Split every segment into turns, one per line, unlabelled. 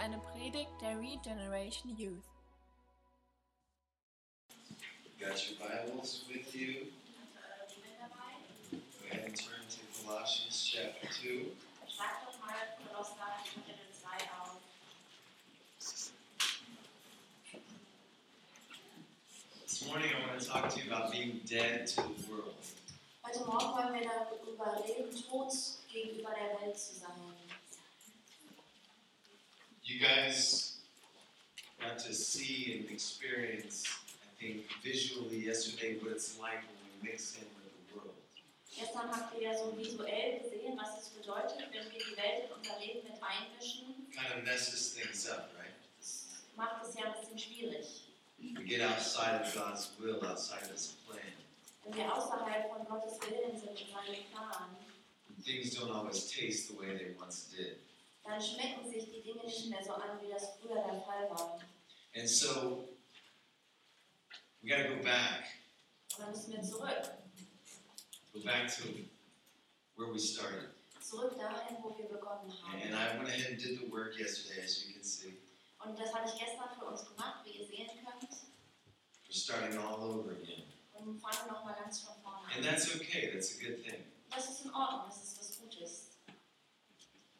eine Predigt der Regeneration Youth.
You got your Bibles with you? Go ahead and turn to Colossians chapter 2.
Schlag doch mal Koloss nach Kapitel 2 auf.
This morning I want to talk to you about being dead to the world.
Heute Morgen wollen wir darüber reden, tot gegenüber der Welt zu sein.
You guys got to see and experience, I think, visually yesterday what it's like when we mix in with the world.
Gestern habt ihr ja so visuell gesehen, was es bedeutet, wenn wir die Welt in unser Leben mit einmischen.
kind of messes things up, right?
Das macht es ja ein bisschen schwierig.
We get outside of God's will, outside of His plan.
Wenn wir außerhalb von Gottes Willen sind und seinem Plan,
And things don't always taste the way they once did.
dann schmecken sich die Dinge nicht mehr so an, wie das früher der Fall war.
And so we got to go back,
Und dann müssen wir zurück.
go back to where we started.
Zurück dahin, wo wir begonnen
And
haben.
I went ahead and did the work yesterday, as you can see.
Und das habe ich gestern für uns gemacht, wie ihr sehen könnt.
We're starting all over again.
und fangen nochmal ganz von vorne
And
an.
that's okay, that's a good thing.
Das ist in Ordnung, das ist was Gutes.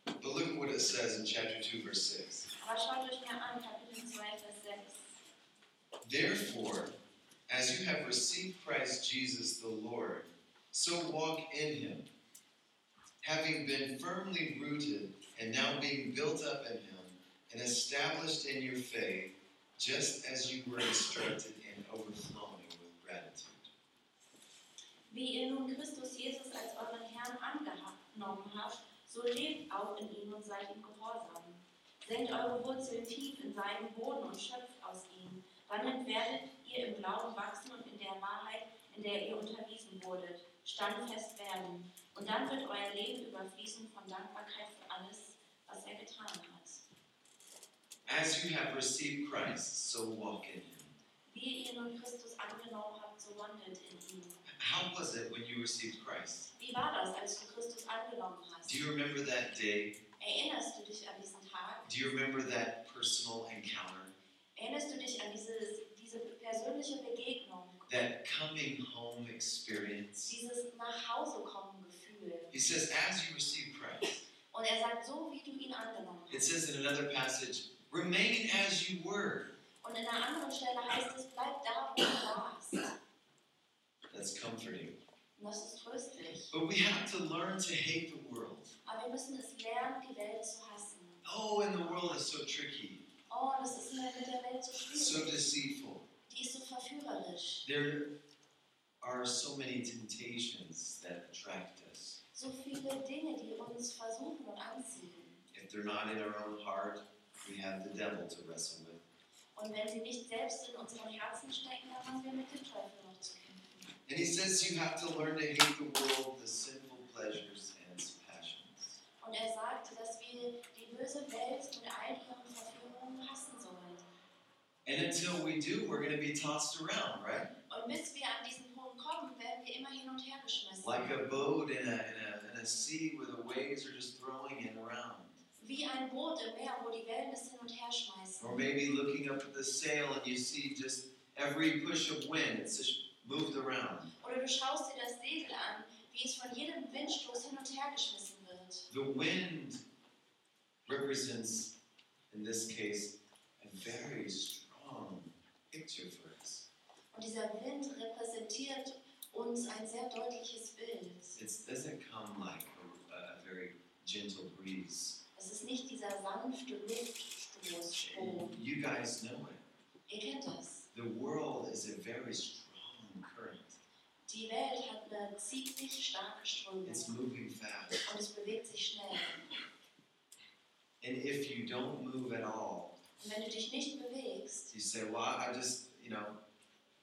But look at what it says in chapter 2, verse 6.
Aber schaut euch mal an, Kapitel 2, Vers 6.
Therefore, as you have received Christ Jesus the Lord, so walk in him, having been firmly rooted and now being built up in him and established in your faith, just as you were instructed and overflowing with gratitude.
Wie ihr nun Christus Jesus als euren Herrn angenommen habt, so lebt auch in ihm und seid ihm gehorsam. Senkt eure Wurzeln tief in seinen Boden und schöpft aus ihm. Damit werdet ihr im Glauben wachsen und in der Wahrheit, in der ihr unterwiesen wurdet, standfest werden. Und dann wird euer Leben überfließen von Dankbarkeit für alles, was er getan hat.
As you have received Christ, so walk in him.
Wie ihr nun Christus angenommen habt, so wandelt in ihm.
How was it when you received Christ?
Wie war das, als du Christus angenommen hast?
Do you remember that day?
Erinnerst du dich an diesen Tag?
Do you remember that personal encounter?
Erinnerst du dich an dieses, diese persönliche Begegnung?
That coming home experience?
Dieses Nachhausekommen Gefühl?
He says, as you receive Christ.
Und er sagt, so wie du ihn angenommen
It
hast.
says in another passage, remain as you were.
Und in einer anderen Stelle heißt es, bleib da, wo du warst. Und
That's comforting.
das ist tröstlich.
But we have to learn to hate the world.
Aber wir müssen es lernen, die Welt zu hassen.
Oh, and the world is so tricky,
Oh, das ist mit mit der Welt so
so
schwierig.
deceitful.
Die ist so verführerisch.
There are so many temptations that attract us.
So viele Dinge, die uns versuchen und anziehen.
If they're not in our own heart, we have the devil to wrestle with.
Und wenn sie nicht selbst in unseren Herzen stecken, dann haben wir mit dem Teufel noch zu kämpfen.
And he says you have to learn to hate the world, the sinful pleasures, and its passions.
Und er sagte, dass wir die böse Welt mit all ihren Verführungen hassen sollen.
And until we do, we're going to be tossed around, right?
Und bis wir an diesen Punkt kommen, werden wir immer hin und her geschmissen.
like a boat in a, in a, in a sea where the waves are just throwing it around.
Wie ein Boot im Meer, wo die Wellen es hin und her schmeißen.
Or maybe looking up at the sail and you see just every push of wind, it's just moved around.
Oder du schaust dir das Segel an, wie es von jedem Windstoß hin und her geschmissen wird.
The wind represents, in this case, a very strong picture for us.
Und dieser Wind repräsentiert uns ein sehr deutliches Bild.
It doesn't come like a, a very gentle breeze.
Es ist nicht dieser sanfte Luftstoßstrom.
You guys know it.
Ihr kennt das.
The world is a very strong current,
Die Welt hat eine ziemlich starke Strömung
it's moving fast.
und es bewegt sich schnell.
And if you don't move at all,
Und wenn du dich nicht bewegst,
you say, "Well, I I just, you know,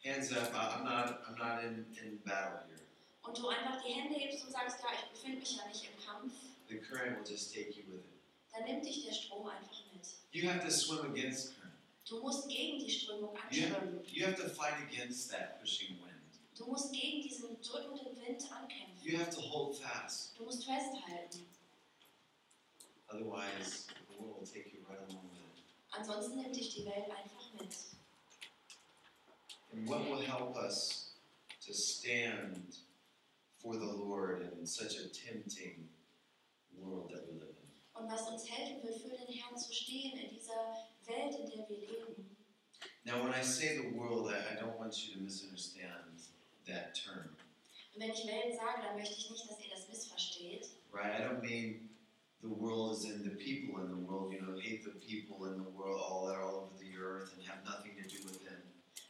hands up. I, I'm not. I'm not in, in battle here."
und du einfach die Hände hebst und sagst, ja, ich befinde mich ja nicht im Kampf,
The current will just take you with it.
dann nimmt dich der Strom einfach mit.
You have to swim against current.
Du musst gegen die Strömung
You have,
anschwimmen.
you have to fight against that pushing wind.
Du musst gegen diesen drückenden Wind ankämpfen.
You have to hold fast.
Du musst festhalten.
Otherwise, the world will take you right along with it.
Ansonsten nimmt dich die Welt einfach mit.
And what will help us to stand for the Lord in such a tempting world that we live in?
Und was uns helfen wird, für den Herrn zu stehen in dieser Welt, in der wir leben.
Now, when I say the world, I I don't want you to misunderstand that term,
Und wenn ich Welt sage, dann möchte ich nicht, dass ihr das missversteht.
right? I don't mean the world is in the people in the world, you know, hate the people in the world, all that are all over the earth and have nothing to do with them.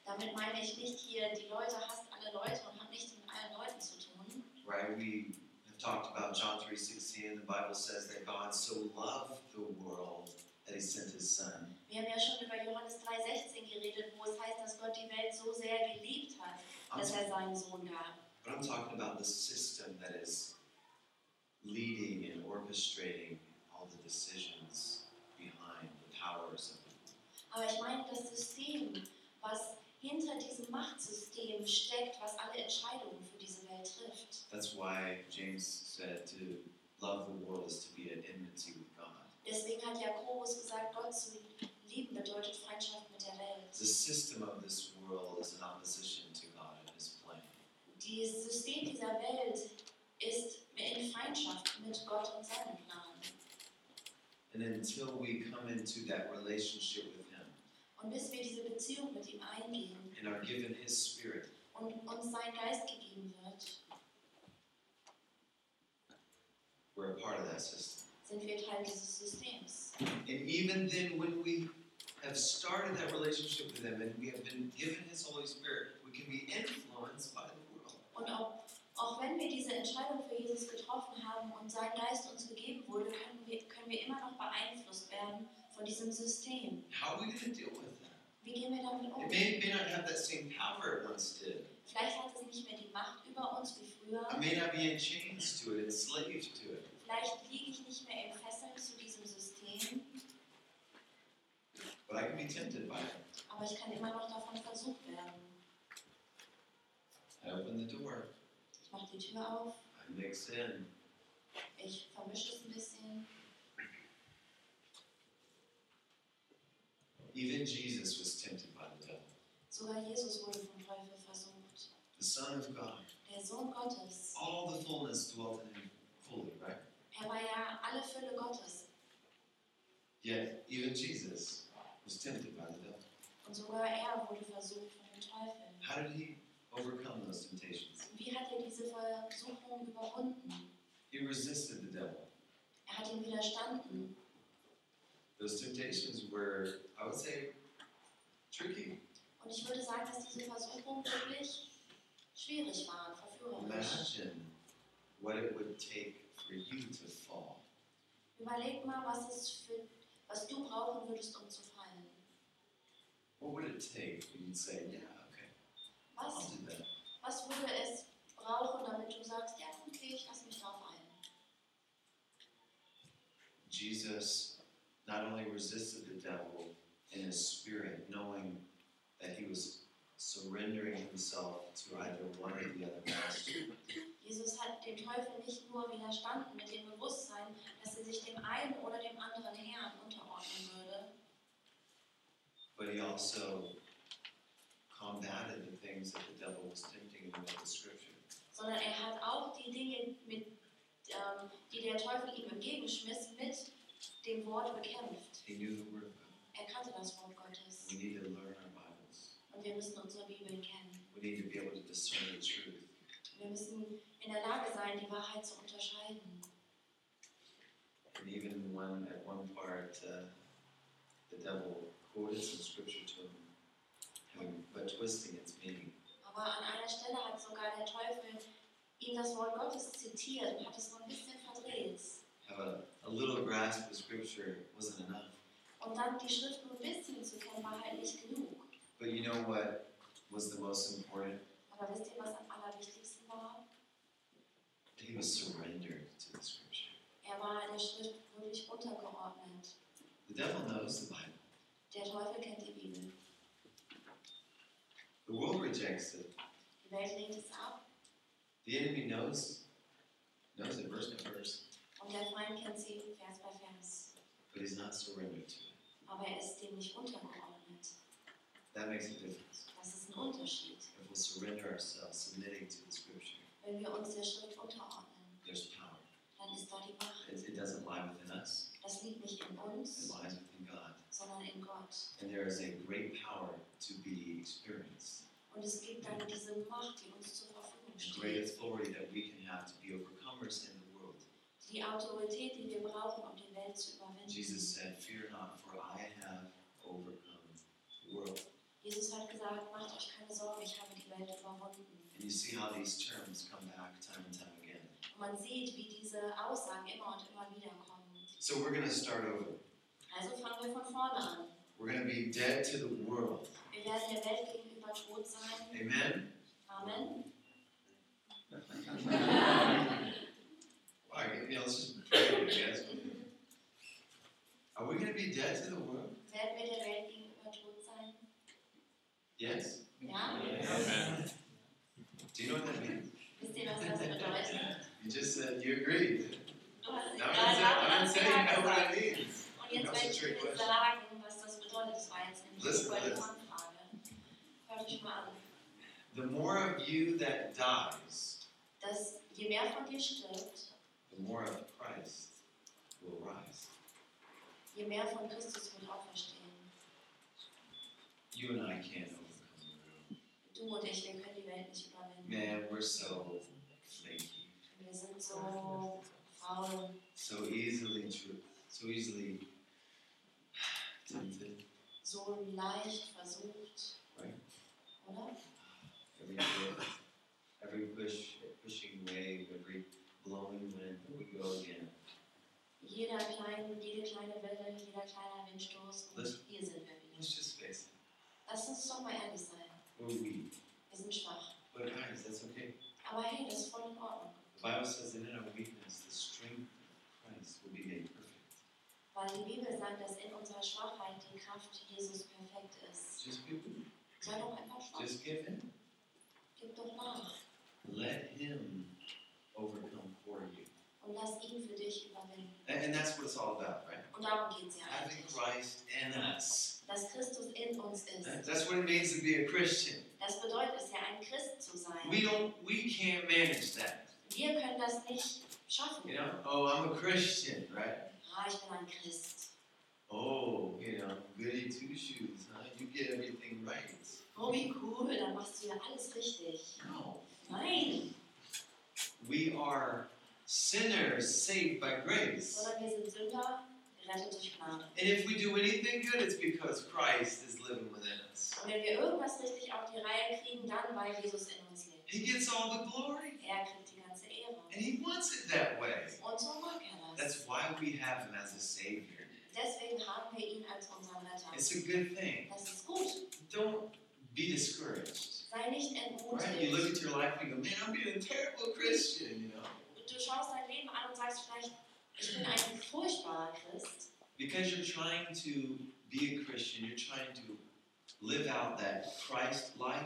Damit meine ich nicht hier, die Leute hasst alle Leute und haben nichts mit allen Leuten zu tun.
right? We have talked about John 3.16. The Bible says that God so loved the world that he sent his son.
Wir haben ja schon über Johannes 3,16 geredet, wo es heißt, dass Gott die Welt so sehr geliebt hat,
I'm-
dass er seinen Sohn gab.
but I'm talking about the system that is leading and orchestrating all the decisions behind the powers of the
Aber ich meine das System, was hinter diesem Machtsystem steckt, was alle Entscheidungen für diese Welt trifft.
That's why James said to love the world is to be at enmity with God.
Deswegen hat Jakobus gesagt, Gott zu lieben bedeutet Feindschaft mit der Welt.
The system of this world is in opposition to God and his plan.
Dieses System dieser Welt ist in Feindschaft mit Gott und seinem Plan.
And until we come into that relationship with him,
Und bis wir diese Beziehung mit ihm eingehen
and are given His Spirit,
und uns sein Geist gegeben wird,
we're a part of that system.
sind wir Teil dieses Systems.
And even then, when we have started that relationship with Him and we have been given His Holy Spirit, we can be influenced by the world.
Und auch, auch wenn wir diese Entscheidung für Jesus getroffen haben und sein Geist uns gegeben wurde, können wir, können wir immer noch beeinflusst werden von diesem System.
How are we going to deal with that?
Wie gehen wir damit
It
um?
may, may not have that same power it once did.
Vielleicht hat es nicht mehr die Macht über uns wie früher.
I may not be in chains to it, enslaved to it.
Vielleicht liege ich nicht mehr in Fesseln zu diesem System,
But I can be tempted by it.
aber ich kann immer noch davon versucht werden.
I open the door.
Ich mache die Tür auf,
I mix in.
ich vermische es ein bisschen.
Even Jesus was tempted by the devil.
Sogar Jesus wurde vom Teufel versucht.
The Son of God,
Der Sohn Gottes,
all the fullness dwelt in Him fully, right?
er war ja alle Fülle Gottes.
Yet even Jesus was tempted by the devil.
Und sogar er wurde versucht von dem Teufel.
How did he overcome those temptations?
Wie hat er diese Versuchung überwunden?
He resisted the devil.
Er hat ihn widerstanden.
Those temptations were, I would say, tricky.
Und ich würde sagen, dass diese Versuchungen wirklich schwierig waren, verführerisch.
Imagine what it would take for you to fall.
Überleg mal, was, es für, was du brauchen würdest, um zu fallen.
What would it take for you to say, yeah, okay, I'll
Was,
do that?
was würde es brauchen, damit du sagst, ja, okay, ich lasse mich drauf ein?
Jesus not only resisted the devil in his spirit, knowing that he was surrendering himself to either one or the other master,
Jesus hat dem Teufel nicht nur widerstanden mit dem Bewusstsein, dass er sich dem einen oder dem anderen Herrn unterordnen würde,
But he also combated the things that the devil was tempting him with the scripture.
sondern er hat auch die Dinge, mit, ähm, die der Teufel ihm entgegenschmiss, mit dem Wort bekämpft.
He knew the word of God.
Er kannte das Wort Gottes
We need to learn our Bibles.
und wir müssen unsere Bibeln kennen.
We need to be able to discern the truth.
Wir müssen in der Lage sein, die Wahrheit zu unterscheiden.
And even one at one part, uh, the devil quoted some scripture to him, having, but twisting its meaning.
Aber an einer Stelle hat sogar der Teufel ihm das Wort Gottes zitiert und hat es nur ein bisschen verdreht.
Have a, a little grasp of scripture wasn't enough.
Und Um dann die Schrift nur ein bisschen zu kennen, war halt nicht genug.
But you know what was the most important?
Aber wisst ihr, was am allerwichtigsten war?
He was surrendered to the scripture.
Er war der Schrift wirklich untergeordnet.
The devil knows the Bible.
Der Teufel kennt die Bibel.
The world rejects it.
Die Welt lehnt es ab
The enemy knows, knows it verse by verse,
und der Feind kennt sie Vers bei Vers.
but he's not surrendered to it.
Aber aber er ist dem nicht untergeordnet.
That makes a difference.
Das ist ein Unterschied.
If we'll surrender ourselves, submitting to the scripture,
Wenn wir uns der Schrift unterordnen,
there's power.
dann ist da die Wahrheit.
It, it doesn't lie within us,
Das liegt nicht in
it
uns,
lies within God.
sondern in Gott.
And there is a great power to be experienced,
Und es gibt dann diese Macht, die uns zur Verfügung
a great
steht.
authority that we can have to be overcomers in the world.
Die Autorität, die wir brauchen, um die Welt zu überwinden.
Jesus said, Fear not, for I have overcome the world.
Jesus hat gesagt, macht euch keine Sorge, ich habe die Welt überwunden.
And you see how these terms come back time and time again.
Und man sieht, wie diese Aussagen immer und immer wieder kommen.
So we're going to start over.
Also fangen wir von vorne an.
We're going to be dead to the world.
Wir werden der Welt gegenüber tot sein.
Amen?
Amen.
Well, I, you know, let's just pray, I guess. Are we going to be dead to the world?
Werden wir der Welt gegenüber tot sein?
Yes?
Ja?
Amen. Do you know what that means?
Wisst ihr, was das bedeutet?
You just said you agreed.
Du hast
Now I'm
es
saying
gerade
you know what
gesagt.
I mean.
Und jetzt werde ich dir sagen, was das bedeutet. Das war jetzt nämlich
Listen,
über die
listen.
Anfrage. Hört euch mal an.
The more of you that dies,
Dass je mehr von dir stirbt,
the more of Christ will rise.
je mehr von Christus wird auferstehen.
You and I can't overcome the world.
Du und ich, wir können die Welt nicht überwinden.
Man, we're so flaky,
Wir sind so faul,
so easily true, so easily tempted.
so leicht versucht.
Right.
Oder?
Every push, every push, pushing wave, every blowing wind, we go again.
Jeder kleine, jede kleine Welle, jeder kleine Windstoß und
Listen.
hier sind wir wieder.
Let's just face it.
Lass uns doch mal ehrlich sein.
We're weak,
Wir sind schwach.
but guys, that's okay.
Aber hey, das ist voll in Ordnung.
The Bible says that in our weakness, the strength of Christ will be made perfect.
Weil die Bibel sagt, dass in unserer Schwachheit die Kraft Jesus perfekt ist.
Just be weak.
Sei doch einfach schwach.
Just give in.
Gib doch nach.
Let Him overcome for you.
Und lass ihn für dich überwinden.
And, and that's what it's all about, right?
Und darum geht es ja
Having
eigentlich.
Christ in us.
Dass Christus in uns ist.
That- That's what it means to be a Christian.
Das bedeutet es ja, ein Christ zu sein.
We don't, we can't manage that.
Wir können das nicht schaffen.
You know, oh, I'm a Christian, right?
Ah, ich bin ein Christ.
Oh, you know, goody two shoes, huh? You get everything right.
Oh, wie cool, dann machst du ja alles richtig.
No.
Nein,
We are sinners saved by grace.
sondern wir sind Sünder, gerettet durch Gnade.
And if we do anything good, it's because Christ is living within us.
Und wenn wir irgendwas richtig auf die Reihe kriegen, dann weil Jesus in uns lebt.
He gets all the glory,
Er kriegt die ganze Ehre.
and He wants it that way.
Und so mag er das.
That's why we have Him as a Savior.
Deswegen haben wir ihn als unseren Retter.
It's a good thing.
Das ist gut.
Don't be discouraged.
Sei nicht
Right? You look
entmutigt.
at your life and you go, man, I'm being a terrible Christian, you know?
Du schaust dein Leben an und sagst vielleicht, ich bin ein furchtbarer Christ.
Because you're trying to be a Christian, you're trying to live out that Christ life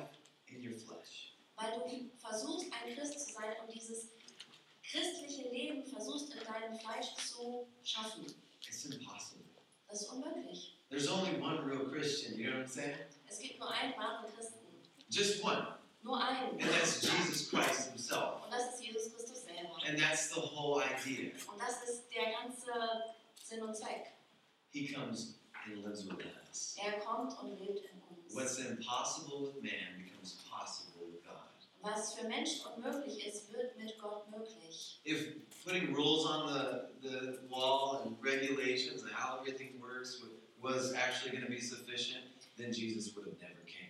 in your flesh.
weil du versuchst, ein Christ zu sein und dieses christliche Leben versuchst, in deinem Fleisch zu schaffen.
It's impossible.
Das ist unmöglich.
There's only one real Christian, you know what I'm saying?
Es gibt nur einen wahren Christen.
Just one.
Nur einen.
And that's Jesus Christ Himself.
Und das ist Jesus Christus selber.
And that's the whole idea.
Und das ist der ganze Sinn und Zweck.
He comes and lives within us.
Er kommt und lebt in uns.
What's impossible with man becomes possible with God.
Was für Menschen unmöglich ist, wird mit Gott möglich.
If putting rules on the, the wall and regulations and how everything works wa- was actually going to be sufficient, then Jesus would have never came.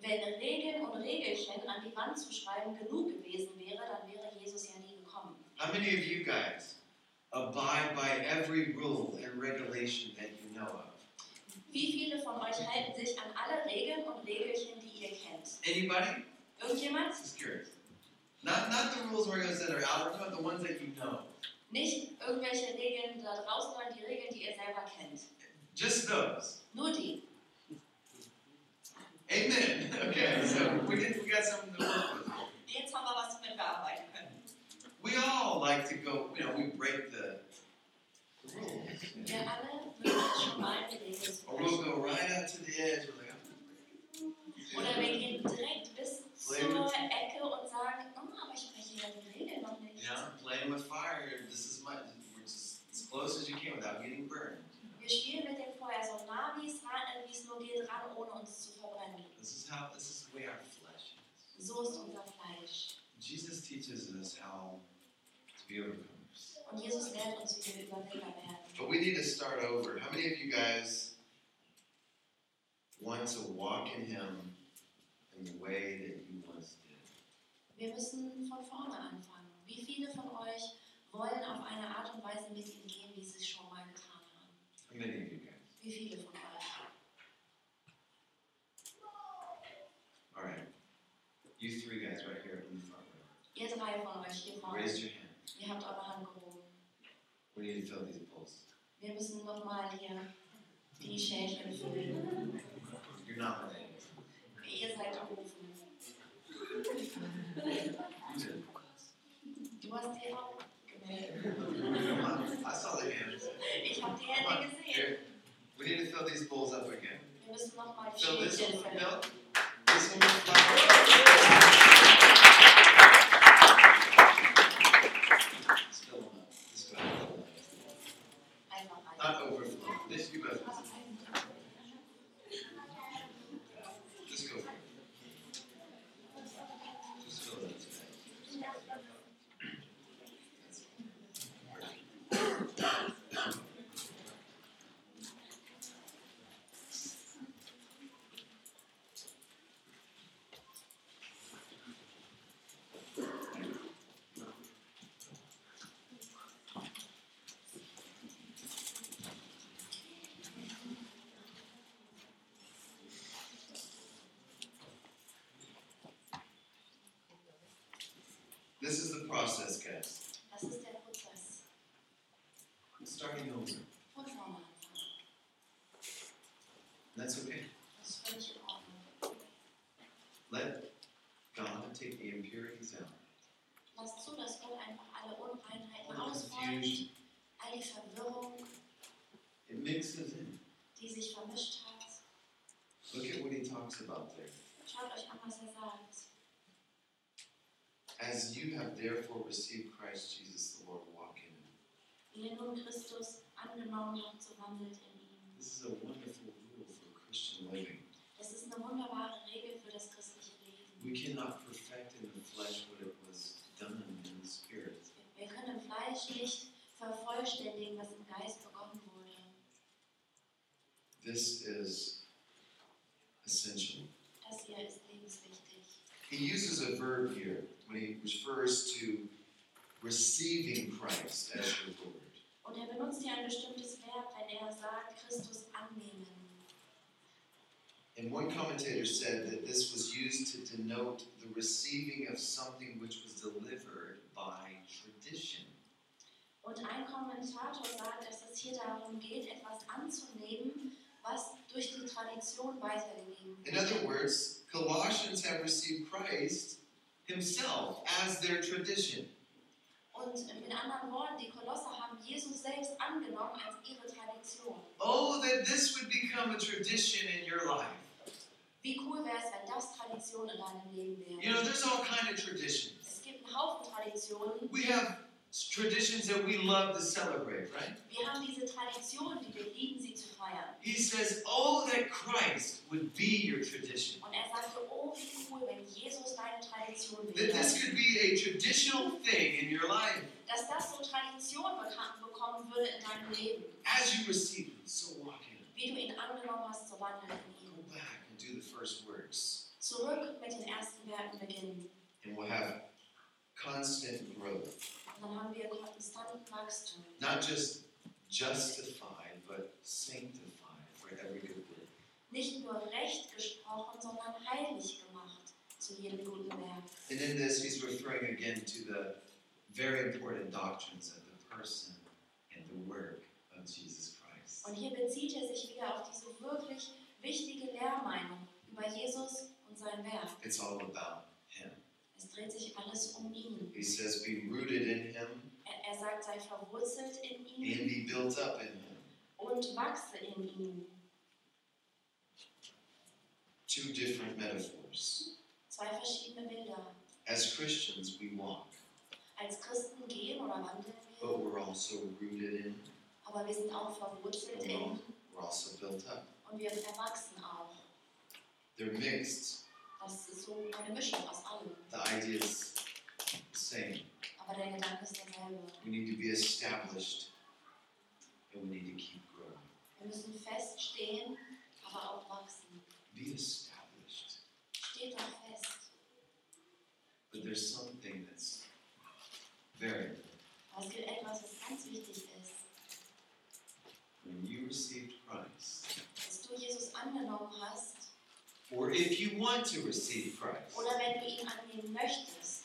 Wenn Regeln und Regelchen an die Wand zu schreiben genug gewesen wäre, dann wäre Jesus ja nie gekommen.
How many of you guys abide by every rule and regulation that you know of?
Wie viele von euch halten sich an alle Regeln und Regelchen, die ihr kennt?
Anybody?
Irgendjemand?
Just curious. Not, not the rules where it goes that are out, but the ones that you know.
Nicht irgendwelche Regeln da draußen, sondern die Regeln, die ihr selber kennt.
Just those.
Nur die.
Amen. Okay, so we, get, we got something to work with.
Jetzt haben wir was, womit wir arbeiten können.
We all like to go, you know, we break the the rules.
Wir alle müssen uns schon mal die Regeln
Or we'll
brechen.
go right out to the edge. We're like, I'm
Oder
not
wir
gonna do
gehen direkt bis zur Ecke und sagen, oh, aber ich breche ja die Regeln noch
it."
nicht.
You know, playing with fire. This is my. We're just as close as you can without getting burned.
Wir spielen mit dem Feuer so nah wie es, ran, wie es nur geht ran, ohne uns zu verbrennen.
This is how. This is the way our flesh is.
So ist unser Fleisch.
Jesus teaches us how to be overcomers.
Und Jesus lehrt uns, wie wir Überwinder werden.
But we need to start over. How many of you guys want to walk in Him in the way that you once did?
Wir müssen von vorne anfangen. Wie viele von euch wollen auf eine Art und Weise mit ihm gehen, wie sie es schon mal getan haben?
How many of you guys?
Wie viele von euch?
All right. You three guys right here in the front row.
Ihr drei von euch hier vorne,
Raise your hand.
ihr habt eure Hand gehoben.
We need to fill these bowls.
Wir müssen nochmal hier die Schälchen füllen.
You're nominated.
Ihr seid gerufen.
You did.
Du hast dir auch gemeldet.
Come on. I saw the hands.
Ich habe die
Come on.
Hände gesehen.
Here. We need to fill these bowls up again.
Wir müssen nochmal die
Fill this
Schälchen
one with
füllen.
milk. This one with flour. Let's fill them up. Let's go.
Einfach rein.
Not overflow. This you guys. Let's go. Just fill it up. This is the process, guys.
Das ist der Prozess.
Starting over.
Von vorne anfangen.
That's okay.
Das ist völlig in Ordnung.
Let God take the impurities out.
Lass zu, dass Gott einfach alle Unreinheiten
All the
ausräumt,
confusion.
all die Verwirrung,
It mixes in.
die sich vermischt hat.
Look at what he talks about there.
Schaut euch an, was er sagt.
As you have therefore received Christ Jesus the Lord, walk in him.
Wie ihr nun Christus angenommen habt, so wandelt in ihm.
This is a wonderful rule for Christian living.
Das ist eine wunderbare Regel für das christliche Leben.
We cannot perfect in the flesh what it was done in the spirit.
Wir können im Fleisch nicht vervollständigen, was im Geist begonnen wurde.
This is essential.
Das hier ist lebenswichtig.
He uses a verb here when he refers to receiving Christ as your Lord.
Und er benutzt hier ein bestimmtes Verb, wenn er sagt, Christus annehmen.
And one commentator said that this was used to denote the receiving of something which was delivered by tradition.
Und ein Kommentator sagt, dass es hier darum geht, etwas anzunehmen, was durch die Tradition weitergegeben
In other words, Colossians have received Christ himself as their tradition.
Und mit anderen Worten, die Kolosser haben Jesus selbst angenommen als ihre Tradition.
Oh, that this would become a tradition in your life.
Wie cool wäre es, wenn das Tradition in deinem Leben wäre?
You know, there's all kind of traditions.
Es gibt einen Haufen Traditionen.
We have traditions that we love to celebrate, right?
Wir haben diese Traditionen, die wir lieben, sie zu feiern.
He says, Oh, that Christ would be your tradition.
Und er sagte, oh, wie cool, wenn Jesus deine Tradition
That
wäre.
this could be a traditional thing in your life.
Dass das so Tradition bekannt bekommen würde in deinem Leben.
As you receive Him, so walk in Him.
Wie du ihn angenommen hast, so wandel in ihm.
Go back and do the first works,
Zurück mit den ersten Werken beginnen.
and we'll have constant growth.
Und dann haben wir konstanten Wachstum.
Not just justified, but sanctified for every good work.
Nicht nur recht gesprochen, sondern heilig gemacht zu jedem guten Werk.
And in this, he's referring again to the very important doctrines of the person and the work of Jesus Christ.
Und hier bezieht er sich wieder auf diese wirklich wichtige Lehrmeinung über Jesus und sein Werk.
It's all about Him.
Es dreht sich alles um ihn.
He says, Be rooted in Him
Er, Er sagt, sei verwurzelt in ihm
and be built up in him.
und wachse in ihm.
Two different metaphors.
Zwei verschiedene Bilder.
As Christians, we walk,
Als Christen gehen oder wandeln wir,
but we're also rooted in,
aber wir sind auch verwurzelt in
Genau.
ihm
we're also built up.
und wir erwachsen auch.
They're mixed.
Das ist so eine Mischung aus allem.
The idea is the same.
Aber der Gedanke ist derselbe.
We need to be established, and we need to keep growing.
Wir müssen feststehen, aber auch wachsen.
Be established.
Steht doch fest.
But there's something that's very
Aber es gibt etwas, was ganz wichtig ist.
When you received Christ,
Dass du Jesus angenommen hast
or if you want to receive Christ,
oder wenn du ihn annehmen möchtest,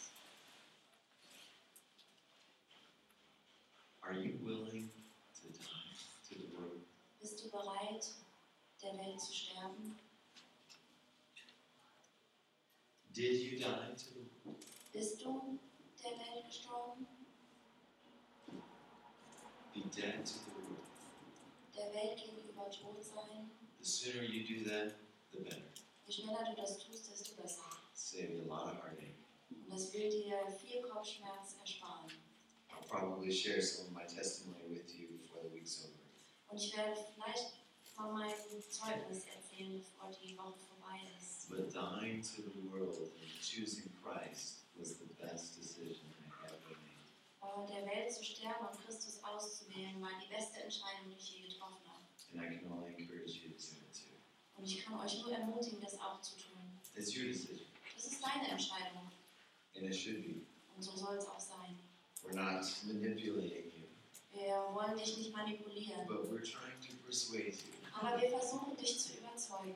are you willing to die to the world?
bist du bereit, der Welt zu sterben?
Did you die to the world?
Bist du der Welt gestorben?
Be dead to the world.
Der Welt gegenüber tot sein?
The sooner you do that, the better.
Je schneller du das tust, desto besser.
Save you a lot of heartache.
Und das will dir viel Kopfschmerz ersparen.
I'll probably share some of my testimony with you before the week's over.
Und ich werde vielleicht von meinem Zeugnis erzählen, bevor die Woche vorbei ist.
But dying to the world and choosing Christ was the best decision I ever made.
Aber der Welt zu sterben und Christus auszuwählen, war die beste Entscheidung, die ich je getroffen habe.
And I can only encourage you to do it too.
Und ich kann euch nur ermutigen, das auch zu tun.
It's your decision,
Das ist deine Entscheidung.
and it should be.
Und so soll es auch sein.
We're not manipulating you,
Wir wollen dich nicht manipulieren,
but we're trying to persuade you
aber wir versuchen dich zu überzeugen,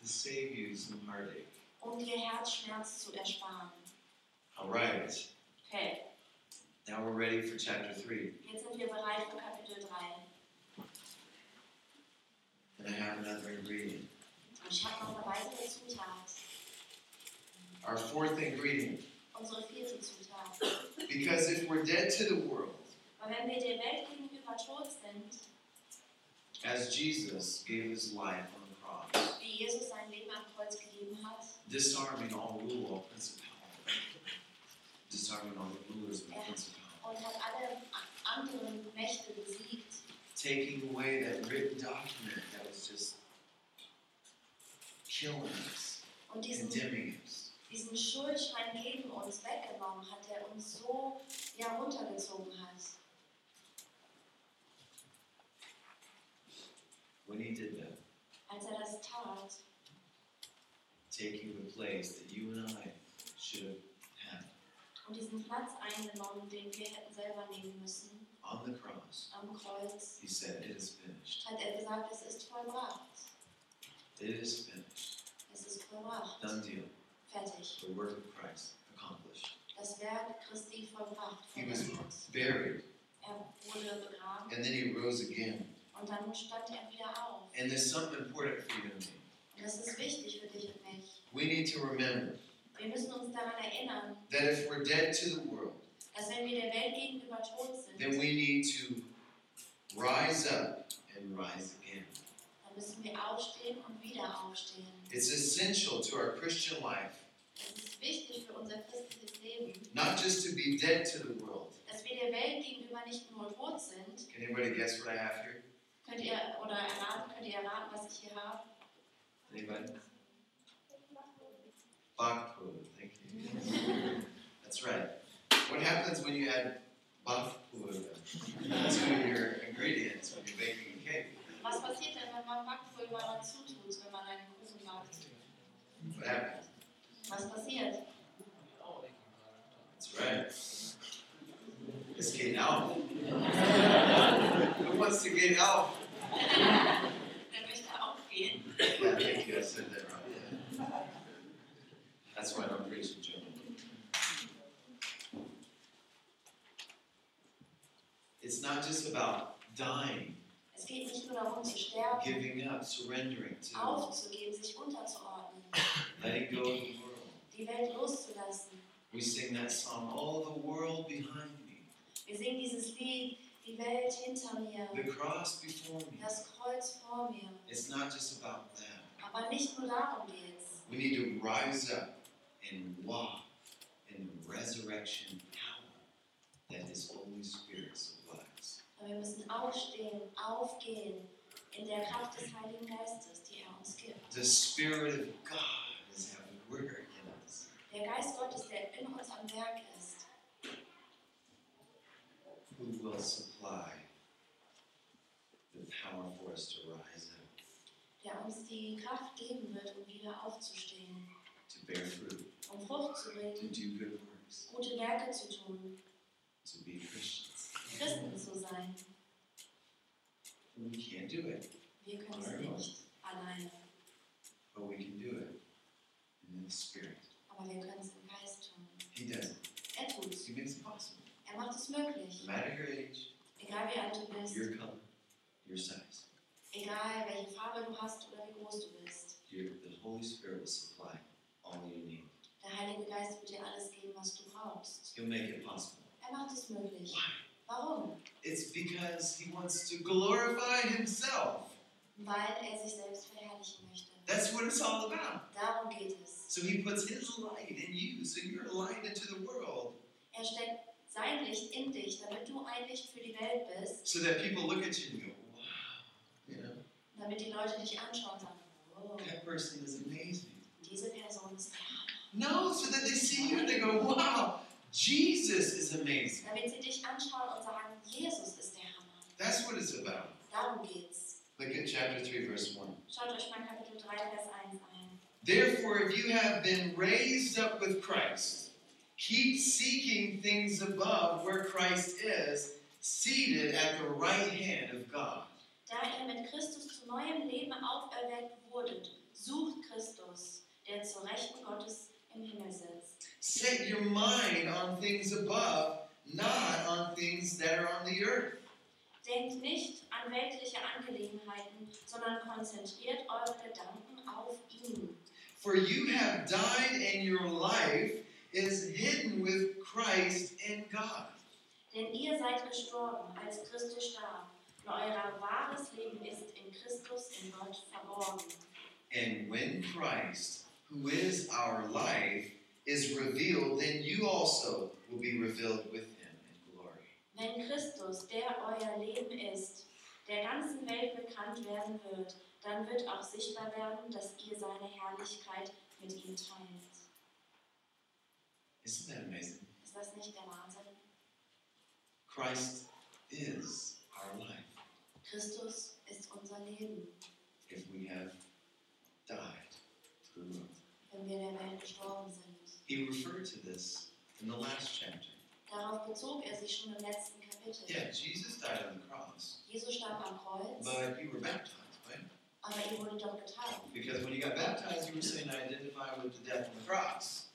to save you some heartache.
um dir Herzschmerz zu ersparen.
All right,
Okay,
now we're ready for chapter three,
jetzt sind wir bereit für Kapitel 3.
and I have another ingredient.
Und ich habe noch eine weitere Zutat.
Our fourth ingredient,
Unsere vierte Zutat.
because if we're dead to the world,
Weil wenn wir der Welt gegenüber tot sind,
as Jesus gave his life on the cross,
wie Jesus sein Leben am Kreuz gegeben hat,
disarming all rule, all principality, disarming all the rulers and principality,
und hat alle a- anderen Mächte besiegt,
taking away that written document that was just killing us,
und diesen,
condemning us.
diesen Schuldschein gegen uns weggenommen hat, der uns so ja, runtergezogen hat.
When he did that,
Als er das tat,
taking the place that you and I should have had
und diesen Platz eingenommen, den wir hätten selber nehmen müssen,
on the cross,
am Kreuz,
he said, It is finished.
hat er gesagt, es ist vollbracht.
It is finished.
Es ist vollbracht.
Done deal.
Fertig.
The work of Christ accomplished.
Das Werk Christi vollbracht.
He was
vollbracht.
buried,
Er wurde begraben
and then he rose again.
und dann stand er wieder auf.
And there's something important for you and me.
Und das ist wichtig für dich und mich.
We need to remember
Wir müssen uns daran erinnern,
that if we're dead to the world,
dass wenn wir der Welt gegenüber tot
then
sind,
we need to rise up and rise again.
dann müssen wir aufstehen und wieder aufstehen.
It's essential to our Christian life
Es ist wichtig für unser christliches Leben,
not just to be dead to the world.
dass wir der Welt gegenüber nicht nur tot sind,
Can anybody guess what I have here?
Könnt ihr oder erraten, könnt ihr erraten, was ich hier habe?
Anybody? Bach poet, thank you. That's right. What happens when you add Bach poet to your ingredients when you're baking a cake?
Was passiert denn, wenn man Backpulver dazu tut, wenn man einen Kuchen backt?
What happens?
Was passiert?
That's right. It's getting out. Who wants to get out?
Der möchte aufgehen.
Yeah, thank you, I said that right, yeah. That's why I'm preaching German. It's not just about dying,
Es geht nicht nur darum zu sterben,
giving up, surrendering to, the world,
aufzugeben, sich unterzuordnen,
letting go of the world.
die Welt loszulassen.
We sing that song, all the world behind me.
Wir Wir singen dieses Lied, die Welt hinter mir,
the cross before me.
das Kreuz vor mir.
It's not just about them.
Aber nicht nur darum geht's.
We need to rise up and walk in the resurrection power that is Holy Spirit supplies.
Aber wir müssen aufstehen, aufgehen in der Kraft des Heiligen Geistes, die er uns gibt.
The Spirit of God is at work in us.
Der Geist Gottes, der in uns am Werk ist,
who will supply the power for us to rise up,
der uns die Kraft geben wird, um wieder aufzustehen,
to bear fruit,
um Frucht zu
to
bringen,
do good works,
gute Werke zu tun,
to be Christians.
Christen zu sein.
We can't do it,
Wir können es nicht alleine,
but we can do it in the Spirit.
aber wir können es im Geist tun.
He does it.
Er tut's.
He makes it possible.
Er macht es möglich.
No matter your age,
Egal wie alt du bist,
your color, your size,
egal welche Farbe du hast oder wie groß du bist,
your, the Holy Spirit will supply all you need.
der Heilige Geist wird dir alles geben, was du brauchst.
He'll make it possible.
Er macht es möglich.
Why?
Warum?
It's because He wants to glorify Himself.
Weil er sich selbst verherrlichen möchte.
That's what it's all about.
Darum geht es.
So he puts his light in you, so you're a light into the world,
Er steckt sein Licht in dich, damit du ein Licht für die Welt bist,
so that people look at you and go, wow, you know,
damit die Leute dich anschauen und sagen, wow,
that person is amazing.
diese Person ist der.
No, so that they see you and they go, wow, Jesus is amazing.
Damit sie dich anschauen und sagen, Jesus ist der Hammer.
That's what it's about.
Darum geht's.
Look at chapter 3, verse 1.
Schaut euch mal Kapitel 3, Vers 1 ein.
Therefore, if you have been raised up with Christ, keep seeking things above where Christ is, seated at the right hand of God.
Da ihr mit Christus zu neuem Leben auferweckt wurdet, sucht Christus, der zur Rechten Gottes im Himmel sitzt.
Set your mind on things above, not on things that are on the earth.
Denkt nicht an weltliche Angelegenheiten, sondern konzentriert eure Gedanken auf ihn.
For you have died, and your life is hidden with Christ in God.
Denn ihr seid gestorben, als Christus starb, und euer wahres Leben ist in Christus in Gott verborgen.
And when Christ, who is our life, is revealed, then you also will be revealed with him in glory.
Wenn Christus, der euer Leben ist, der ganzen Welt bekannt werden wird, dann wird auch sichtbar werden, dass ihr seine Herrlichkeit mit ihm teilt.
Isn't that amazing?
Ist das nicht der Wahnsinn?
Christ is our life
Christus ist unser Leben,
if we have died to the world.
wenn wir der Welt gestorben sind.
He referred to this in the last chapter.
Darauf bezog er sich schon im letzten Kapitel.
Yeah, Jesus died on the cross,
Jesus starb am Kreuz,
but you were baptized, right?
aber ihr wurde doch getauft.
Because when you got baptized, you were saying, I identify with the death on the cross.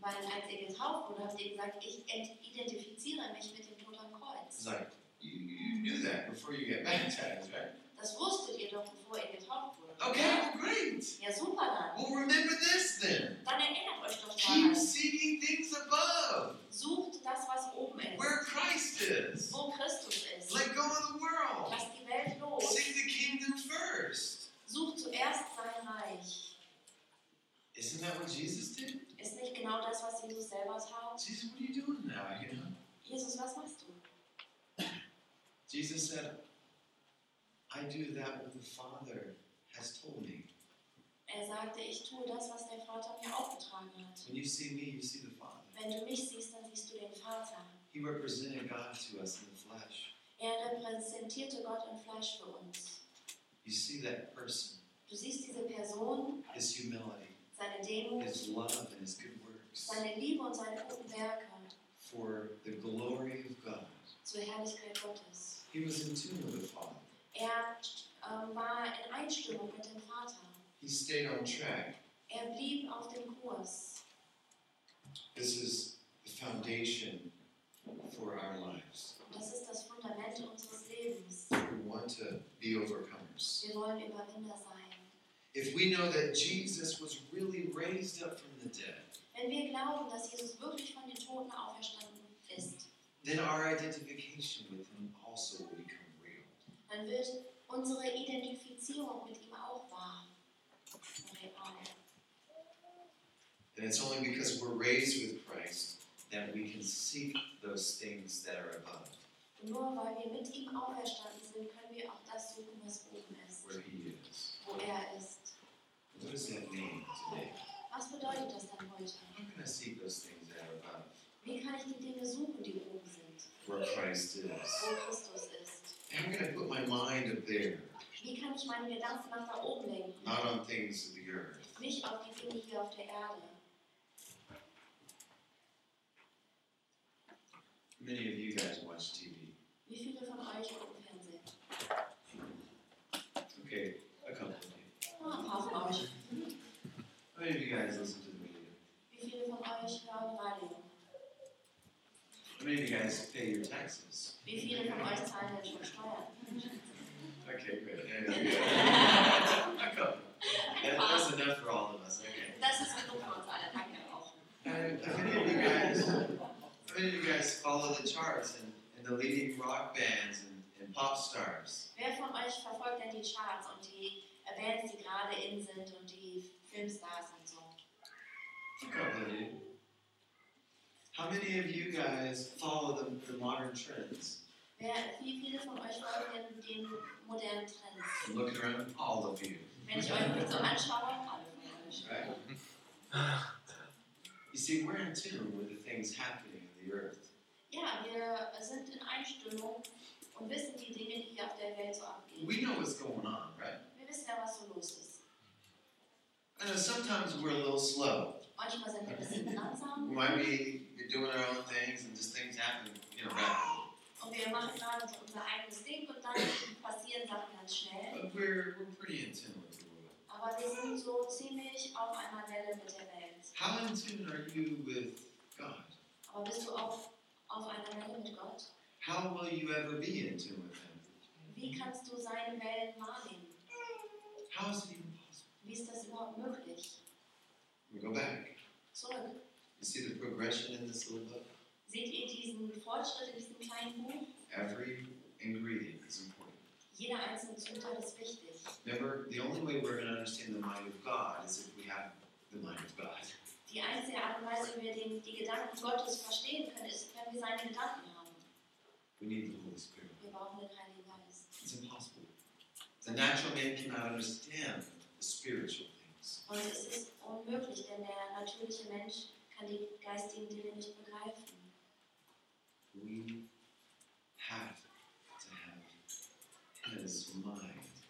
Weil als ihr getauft wurde, habt ihr gesagt, ich ent- identifiziere mich mit dem Tod am
It's
Kreuz.
like, you, you knew that before you got baptized, right?
Das wusstet ihr doch, bevor ihr getauft wurde.
Okay, well, great.
Ja, super dann.
Well, remember this then.
Dann erinnert euch doch
Keep
daran.
seeking things above,
Sucht das, was oben
where
ist,
Christ is.
wo Christus ist.
Let go of the world.
Lasst die Welt los.
Seek the kingdom first.
Sucht zuerst sein Reich.
Isn't that what Jesus did?
Ist nicht genau das, was Jesus selber tat?
Jesus, what are you doing now? You know?
Jesus, was machst du?
Jesus said, I do that what the Father has told me.
Er sagte, ich tue das, was der Vater mir aufgetragen hat.
When you see me, you see the Father.
Wenn du mich siehst, dann siehst du den Vater.
He represented God to us in the flesh.
Er repräsentierte Gott im Fleisch für uns.
You see that person,
Du siehst diese Person,
his humility,
seine Demut,
his love, and his good works
seine Liebe und seine guten Werke
for the glory of God.
zur Herrlichkeit Gottes.
He was in tune with the Father.
Er ähm, war in Einstimmung mit dem Vater.
He stayed on track.
Er blieb auf dem Kurs.
This is the foundation for our lives.
Das ist das Fundament unseres Lebens.
We want to be overcomers.
Wir wollen Überwinder sein.
If we know that Jesus was really raised up from the dead,
Wenn wir glauben, dass Jesus wirklich von den Toten auferstanden ist,
then our identification with Him also will become real.
dann wird unsere Identifizierung mit ihm auch wahr. Real.
And it's only because we're raised with Christ that we can seek those things that are above,
Nur weil wir mit ihm auferstanden sind, können wir auch das suchen, was oben ist,
where He is.
wo er ist.
What does that mean today?
Was bedeutet das dann heute?
How can I seek those things that are above,
Wie kann ich die Dinge suchen, die oben sind,
where Christ is?
wo Christus ist?
And I'm going to put my mind up there,
Wie kann ich meine Gedanken nach da oben lenken,
not on things of the earth.
nicht auf die Dinge hier auf der Erde?
Many of you guys watch TV.
Wie viele von euch gucken Fernsehen?
Okay, a couple of you.
Ah, ein paar von euch.
How many of you guys listen to the radio?
Wie viele von euch hören Radio?
How many of you guys pay your taxes?
Wie viele von euch zahlen denn schon Steuern?
Okay, good. Yeah, yeah. a couple. That, that's enough for all of us. Okay.
Das ist genug für uns alle, danke auch.
And how many of you guys, how many of you guys follow the charts and, and the leading rock bands and, and pop stars?
Wer von euch verfolgt denn die Charts und die Bands, die gerade in sind und die Filmstars und so?
A couple of you. How many of you guys follow the, the modern trends?
Wer, wie viele von euch folgen denn den modernen Trends?
I'm looking around, all of you,
Wenn ich euch nicht so anschaue, alle von euch.
right? You see, we're in tune with the things happening in the earth.
Ja, wir sind in Einstimmung und wissen die Dinge, die hier auf der Welt so abgehen.
We know what's going on, right?
Wir wissen ja, was so los ist.
I know sometimes we're a little slow.
Manchmal sind wir ein bisschen langsam
We might be doing our own things and just things happen, you know, rapidly.
und wir machen gerade so unser eigenes Ding und dann passieren Sachen ganz schnell.
But we're, we're pretty in tune with the world.
Aber wir sind so ziemlich auf einer Welle mit der Welt.
How in tune are you with God?
Aber bist du auf, auf einer Welle mit Gott?
How will you ever be in tune with Him?
Wie kannst du seine Wellen wahrnehmen?
How is it even possible?
Wie ist das überhaupt möglich?
We go back.
Zurück.
You see the progression in this little book?
Seht ihr diesen Fortschritt in diesem kleinen Buch?
Every ingredient is important.
Jeder einzelne Zutat ist wichtig.
Never, the only way we're going to understand the mind of God is if we have the mind of God.
Die einzige Art und Weise, wie wir den, die Gedanken Gottes verstehen können, ist, wenn wir seine Gedanken haben.
We need the Holy Spirit.
Wir brauchen den Heiligen Geist.
It's impossible. The natural man cannot understand the spiritual things.
Und es ist unmöglich, denn der natürliche Mensch kann die geistigen Dinge nicht begreifen.
We have to have His mind,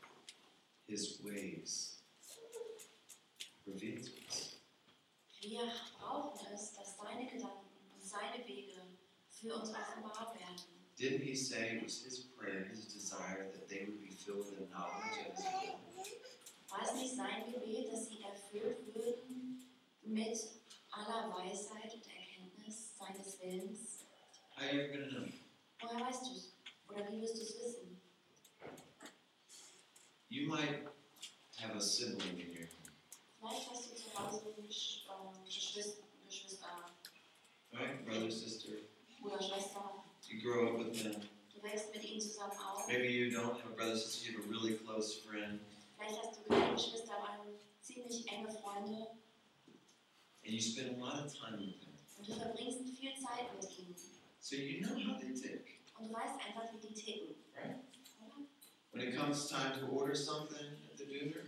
His ways revealed to us.
Wir brauchen es, dass seine Gedanken und seine Wege für uns offenbart werden.
Didn't He say it was His prayer, His desire that they would be filled with knowledge of His will?
War es nicht sein Gebet, dass sie erfüllt würden mit aller Weisheit und Erkenntnis seines Willens?
How are you going to know?
Woher weißt du es? Oder wie wirst du es wissen?
You might have a sibling in your home,
Vielleicht hast du zu Hause Gesch äh, Geschwister, Geschwister
right? Brother, sister.
oder Schwester.
You grow up with them.
Du wächst mit ihnen zusammen auf.
Maybe you don't have a brother, sister. You have a really close friend,
Vielleicht hast du mit deinen Geschwistern an ziemlich enge Freunde
and you spend a lot of time with them,
und du verbringst viel Zeit mit ihnen.
so you know how they tick.
Und du weißt einfach, wie die ticken.
Right. When it comes time to order something at the dooner,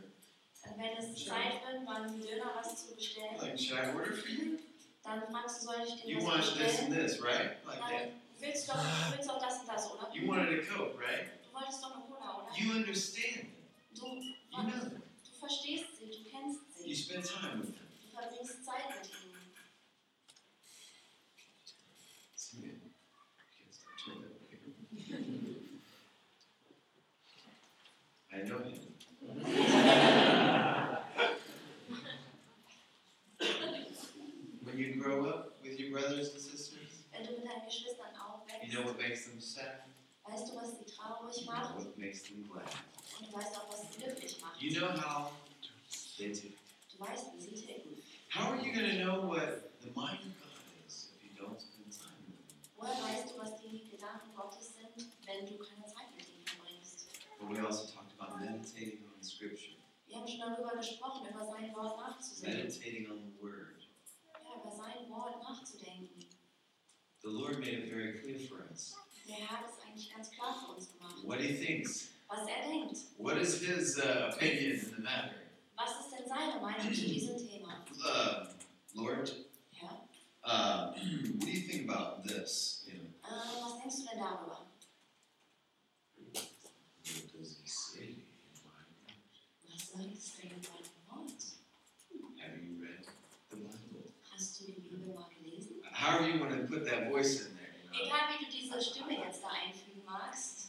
Und wenn es
Sure.
Zeit wird, beim Döner was zu bestellen,
like, should I order for you?
dann fragst du, soll ich
You
dir was
wanted this
bestellen?
and this, right? Like that.
Dann willst du doch, du willst doch das und das, oder?
You wanted a coat, right?
Du wolltest doch eine Cola, oder?
You understand them.
Du,
You know them.
du verstehst sie, du kennst
You
sie.
spend time with them.
Du verbringst Zeit mit ihnen.
See it? Okay, so turn that way. I know him. when you grow up with your brothers and sisters,
Wenn du mit deinen Geschwistern aufwächst,
you know what makes them sad.
weißt du, was sie traurig
You know
macht
what makes them glad.
und du weißt auch, was sie glücklich macht.
You know how they do.
Du weißt, wie sie ticken.
How are you going to know what the mind of God is if you don't spend time with Him?
Woher weißt du, was die
The Lord made it very clear for us
Der Herr hat es eigentlich ganz klar für uns gemacht.
what He thinks.
Was er denkt.
What is His uh, opinion in the matter?
Was ist denn seine Meinung zu diesem Thema?
Uh, Lord,
Herr,
uh, what do you think about this? You know,
äh, was denkst du denn darüber?
what does He say? in my
Was soll es denn in deinem Wort?
Bible? Have you read the Bible?
Hast du die Bibel mal gelesen?
However you want to put that voice in there. You know?
Egal wie du diese Stimme jetzt da einfügen magst,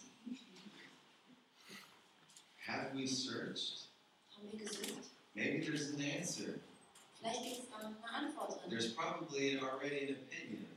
Have we searched?
haben wir gesucht.
Maybe there's an answer.
Vielleicht gibt es da noch eine Antwort drin.
There's probably already an opinion.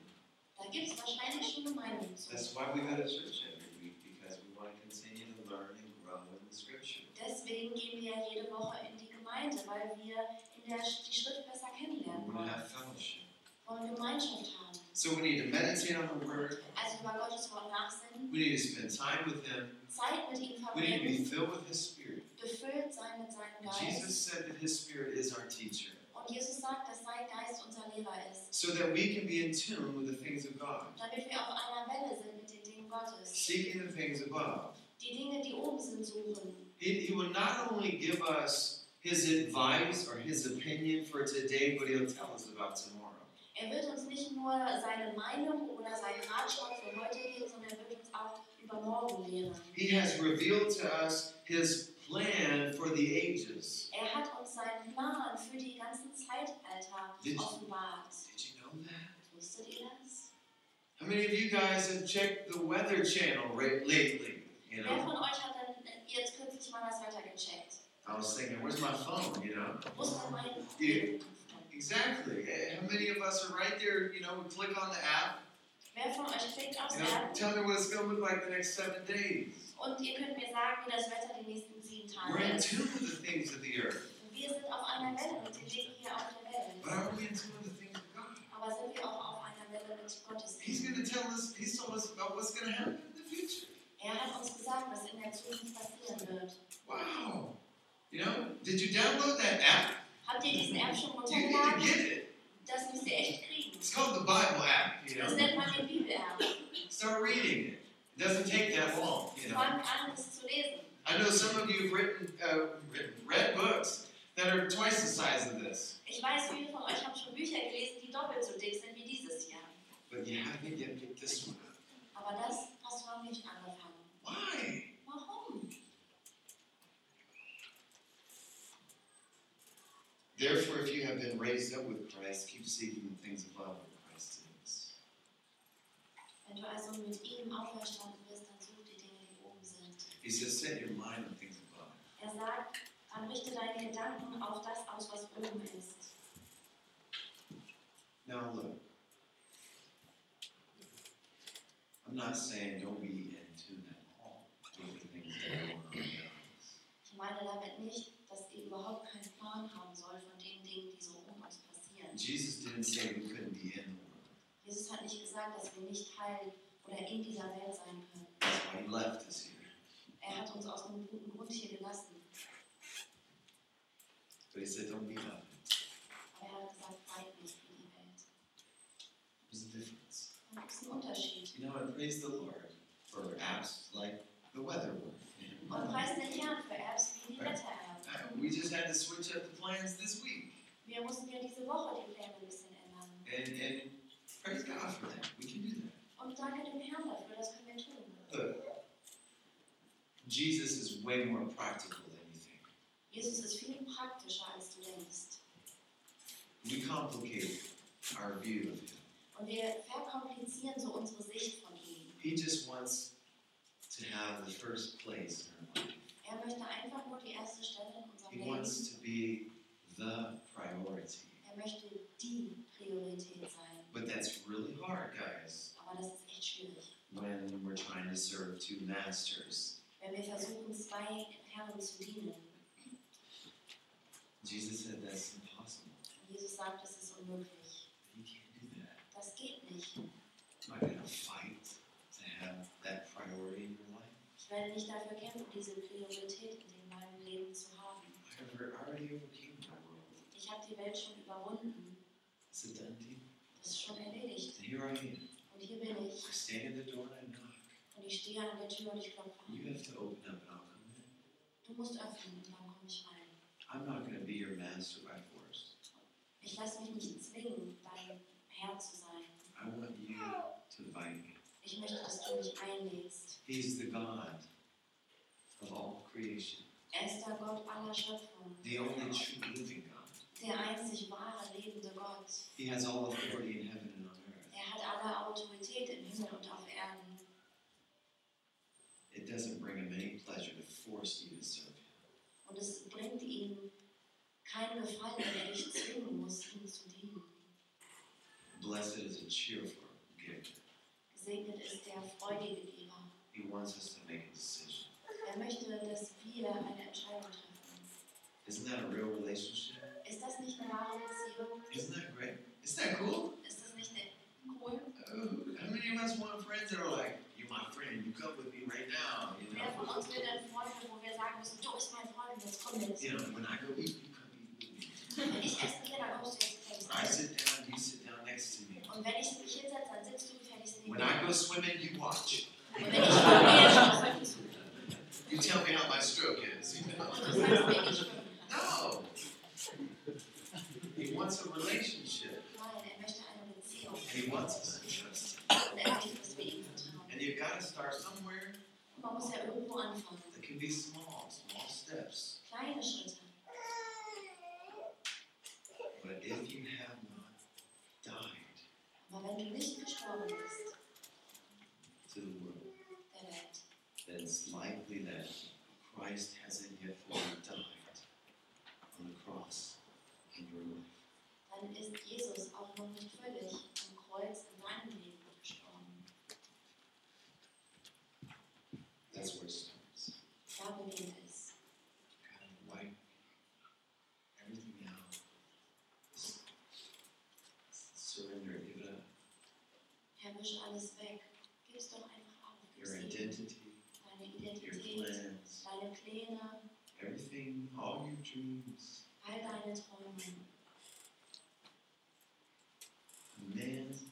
Da gibt es wahrscheinlich schon eine Meinung zu.
That's why we go to church every week because we want to continue to learn and grow in the Scripture.
Deswegen gehen wir ja jede Woche in die Gemeinde, weil wir in der, die Schrift besser
We
kennenlernen
want to
wollen.
have fellowship.
Wollen Gemeinschaft haben.
So we need to meditate on the Word.
Also über Gottes Wort nachsinnen,
We need to spend time with Him.
Zeit mit ihm
We need to be
verbringen,
filled with His Spirit.
befüllt sein mit seinem
Jesus
Geist.
said that His Spirit is our teacher,
Und Jesus sagt, dass sein Geist unser Lehrer ist,
so that we can be in tune with the things of God,
damit wir auf einer Welle sind mit den Dingen Gottes.
seeking the things above.
Die Dinge, die oben sind, suchen.
He, he will not only give us His advice or His opinion for today, but He'll tell us about tomorrow.
Er wird uns nicht nur seine Meinung oder seinen Ratschlag für heute geben, sondern er wird uns auch über morgen lehren.
He has revealed to us his plan for the ages.
Er hat uns seinen Plan für die ganzen Zeitalter
Did-
offenbart.
Did you know that?
Wusstet ihr das?
How many of you guys have checked the Weather Channel right, lately? You
Wer
know,
von euch hat denn jetzt kürzlich mal das weitergecheckt?
I was thinking, where's my phone? You know,
Wo ist denn mein
Ja. exactly. Eh, How many of us are right there? You know, we click on the app.
Wer von euch klickt aufs
You know,
App
tell me what it's going to look like the next seven days.
und ihr könnt mir sagen, wie das Wetter die nächsten sieben
We're
Tage
in
ist.
tune with the things of the earth,
Und wir sind auf einer Welle mit den Dingen hier auf der
but
Welt.
are we in tune with the things of God?
Aber sind wir auch auf einer Welle mit Gottes
He's
Dingen?
going to tell us. He's told us about what's going to happen in the future.
Er hat uns gesagt, was in der Zukunft passieren wird.
Wow. You know, did you download that app?
Habt ihr diesen App schon
You need to
runtergeladen?
get it.
Das müsst ihr echt kriegen.
It's called the Bible app, you
Das
know.
nennt man den Bibel-App.
Start reading it. It doesn't take that long, you know.
Fangt an, es zu lesen.
I know some of you have written, uh, written read books that are twice the size of this,
Ich weiß, viele von euch haben schon Bücher gelesen, die doppelt so dick sind wie dieses hier.
but you haven't yet picked this one up.
Aber das hast du noch nicht angefangen.
Why?
Warum?
Therefore, if you have been raised up with Christ, keep seeking the things above where Christ is.
Wenn du also mit ihm auferstanden bist, dann such die Dinge, die oben sind.
He says, set your mind on things above.
Er sagt, dann richte deine Gedanken auf das aus, was oben ist.
Now look. I'm not saying don't be in tune at all with the things that are going on in your lives.
Ich meine damit nicht, dass ihr überhaupt keinen Plan haben soll von den Dingen, die so um uns passieren.
Jesus didn't say we couldn't be in the world.
Jesus hat nicht gesagt, dass wir nicht Teil oder in dieser Welt sein können.
That's why he left us here.
Er hat uns aus einem guten Grund hier gelassen.
But he said, don't be of it.
Aber er hat gesagt, seid nicht in die Welt.
There's a difference.
Da gibt es einen Unterschied.
You know, and praise the Lord for apps like the weather one.
Und preist den Herrn für Apps wie die Wetter-App.
Uh, We just had to switch up the plans this week.
Wir mussten ja diese Woche die Pläne ein bisschen ändern.
And, and praise God for that. We can do that.
Und danke dem Herrn dafür, das können wir tun.
Look, Jesus is way more practical than you think.
Jesus ist viel praktischer, als du denkst.
We complicate our view of him.
Und wir verkomplizieren so unsere Sicht von ihm.
He just wants to have the first place in our life.
Er möchte einfach nur die erste Stelle in unserem
He
Leben.
wants to be the priority.
Er möchte die Priorität sein.
But that's really hard, guys,
Aber das ist echt schwierig,
when we're trying to serve two masters.
wenn wir versuchen, zwei Herren zu dienen.
Jesus said that's impossible.
Und Jesus sagt, das ist unmöglich.
You can't do that.
Das geht nicht.
Am I going to fight to have that priority in your life?
Ich werde nicht dafür kämpfen, diese Priorität in meinem Leben zu haben.
I over- already overcame my world.
Ich habe die Welt schon überwunden.
It's a done deal.
Das ist schon erledigt.
And here I am.
Und hier stehe an der Tür und ich klopfe an.
You have to open up and I'll come in.
Du musst öffnen und dann komme ich rein.
I'm not going to be your master by force.
Ich lasse mich nicht zwingen, dein Herr zu sein.
I want you to invite me.
Ich möchte, dass du mich einlädst.
He's the God of all creation,
Er ist der Gott aller Schöpfung,
the only true living God.
der einzig wahre, lebende Gott.
He has all authority in heaven and on earth.
Er hat alle Autorität im Himmel und auf Erden.
It doesn't bring him any pleasure to force you to serve him.
Und es bringt ihm keinen Gefallen, wenn er dich zwingen muss, ihm zu dienen.
Blessed is a cheerful giver.
Gesegnet ist der freudige Geber.
He wants us to make a decision.
Er möchte, dass wir eine Entscheidung treffen.
Isn't that a real relationship?
Ist das nicht eine wahre Beziehung?
Isn't that great? Isn't that cool?
Ist das nicht eine- cool?
Ooh, how many of us want friends that are like, you're my friend, you come with me right now, you
Wer von
know?
uns will denn Freunde, wo wir sagen müssen, du bist mein Freund, jetzt komm jetzt.
You know, when I go eat, you come eat with me.
Wenn ich essen gehe, dann kommst du jetzt
When
gefälligst
I
essen.
sit down, you sit down next to me.
Und wenn ich mich hinsetze, dann sitzt du gefälligst neben
When
mir.
I go swimming, you watch.
Und wenn ich schwimme, dann schwimmst du.
You tell me how my stroke is. You know?
Und du sagst mir, ich schwimme.
No. He wants a relationship,
Nein, er möchte eine Beziehung.
and he wants us to trust him.
Und er möchte, dass wir ihm vertrauen.
And you've got to start somewhere.
Man muss ja irgendwo anfangen.
It can be small, small steps.
Kleine Schritte.
But if you have not died
Aber wenn du nicht gestorben bist,
to the world,
der Welt,
then it's likely that Christ hasn't yet fully died on the cross in your life.
dann ist Jesus auch noch nicht völlig am Kreuz in deinem Leben gestorben.
That's where it starts.
Da beginnt es.
Kind of wipe everything out. Just surrender, uh, give it up.
Herr, wisch alles weg. Gib's doch einfach auf. Gib's
Your
ihm
identity,
deine
your
Identität,
plans,
deine Pläne,
everything, all your dreams.
all deine Träume.
A man's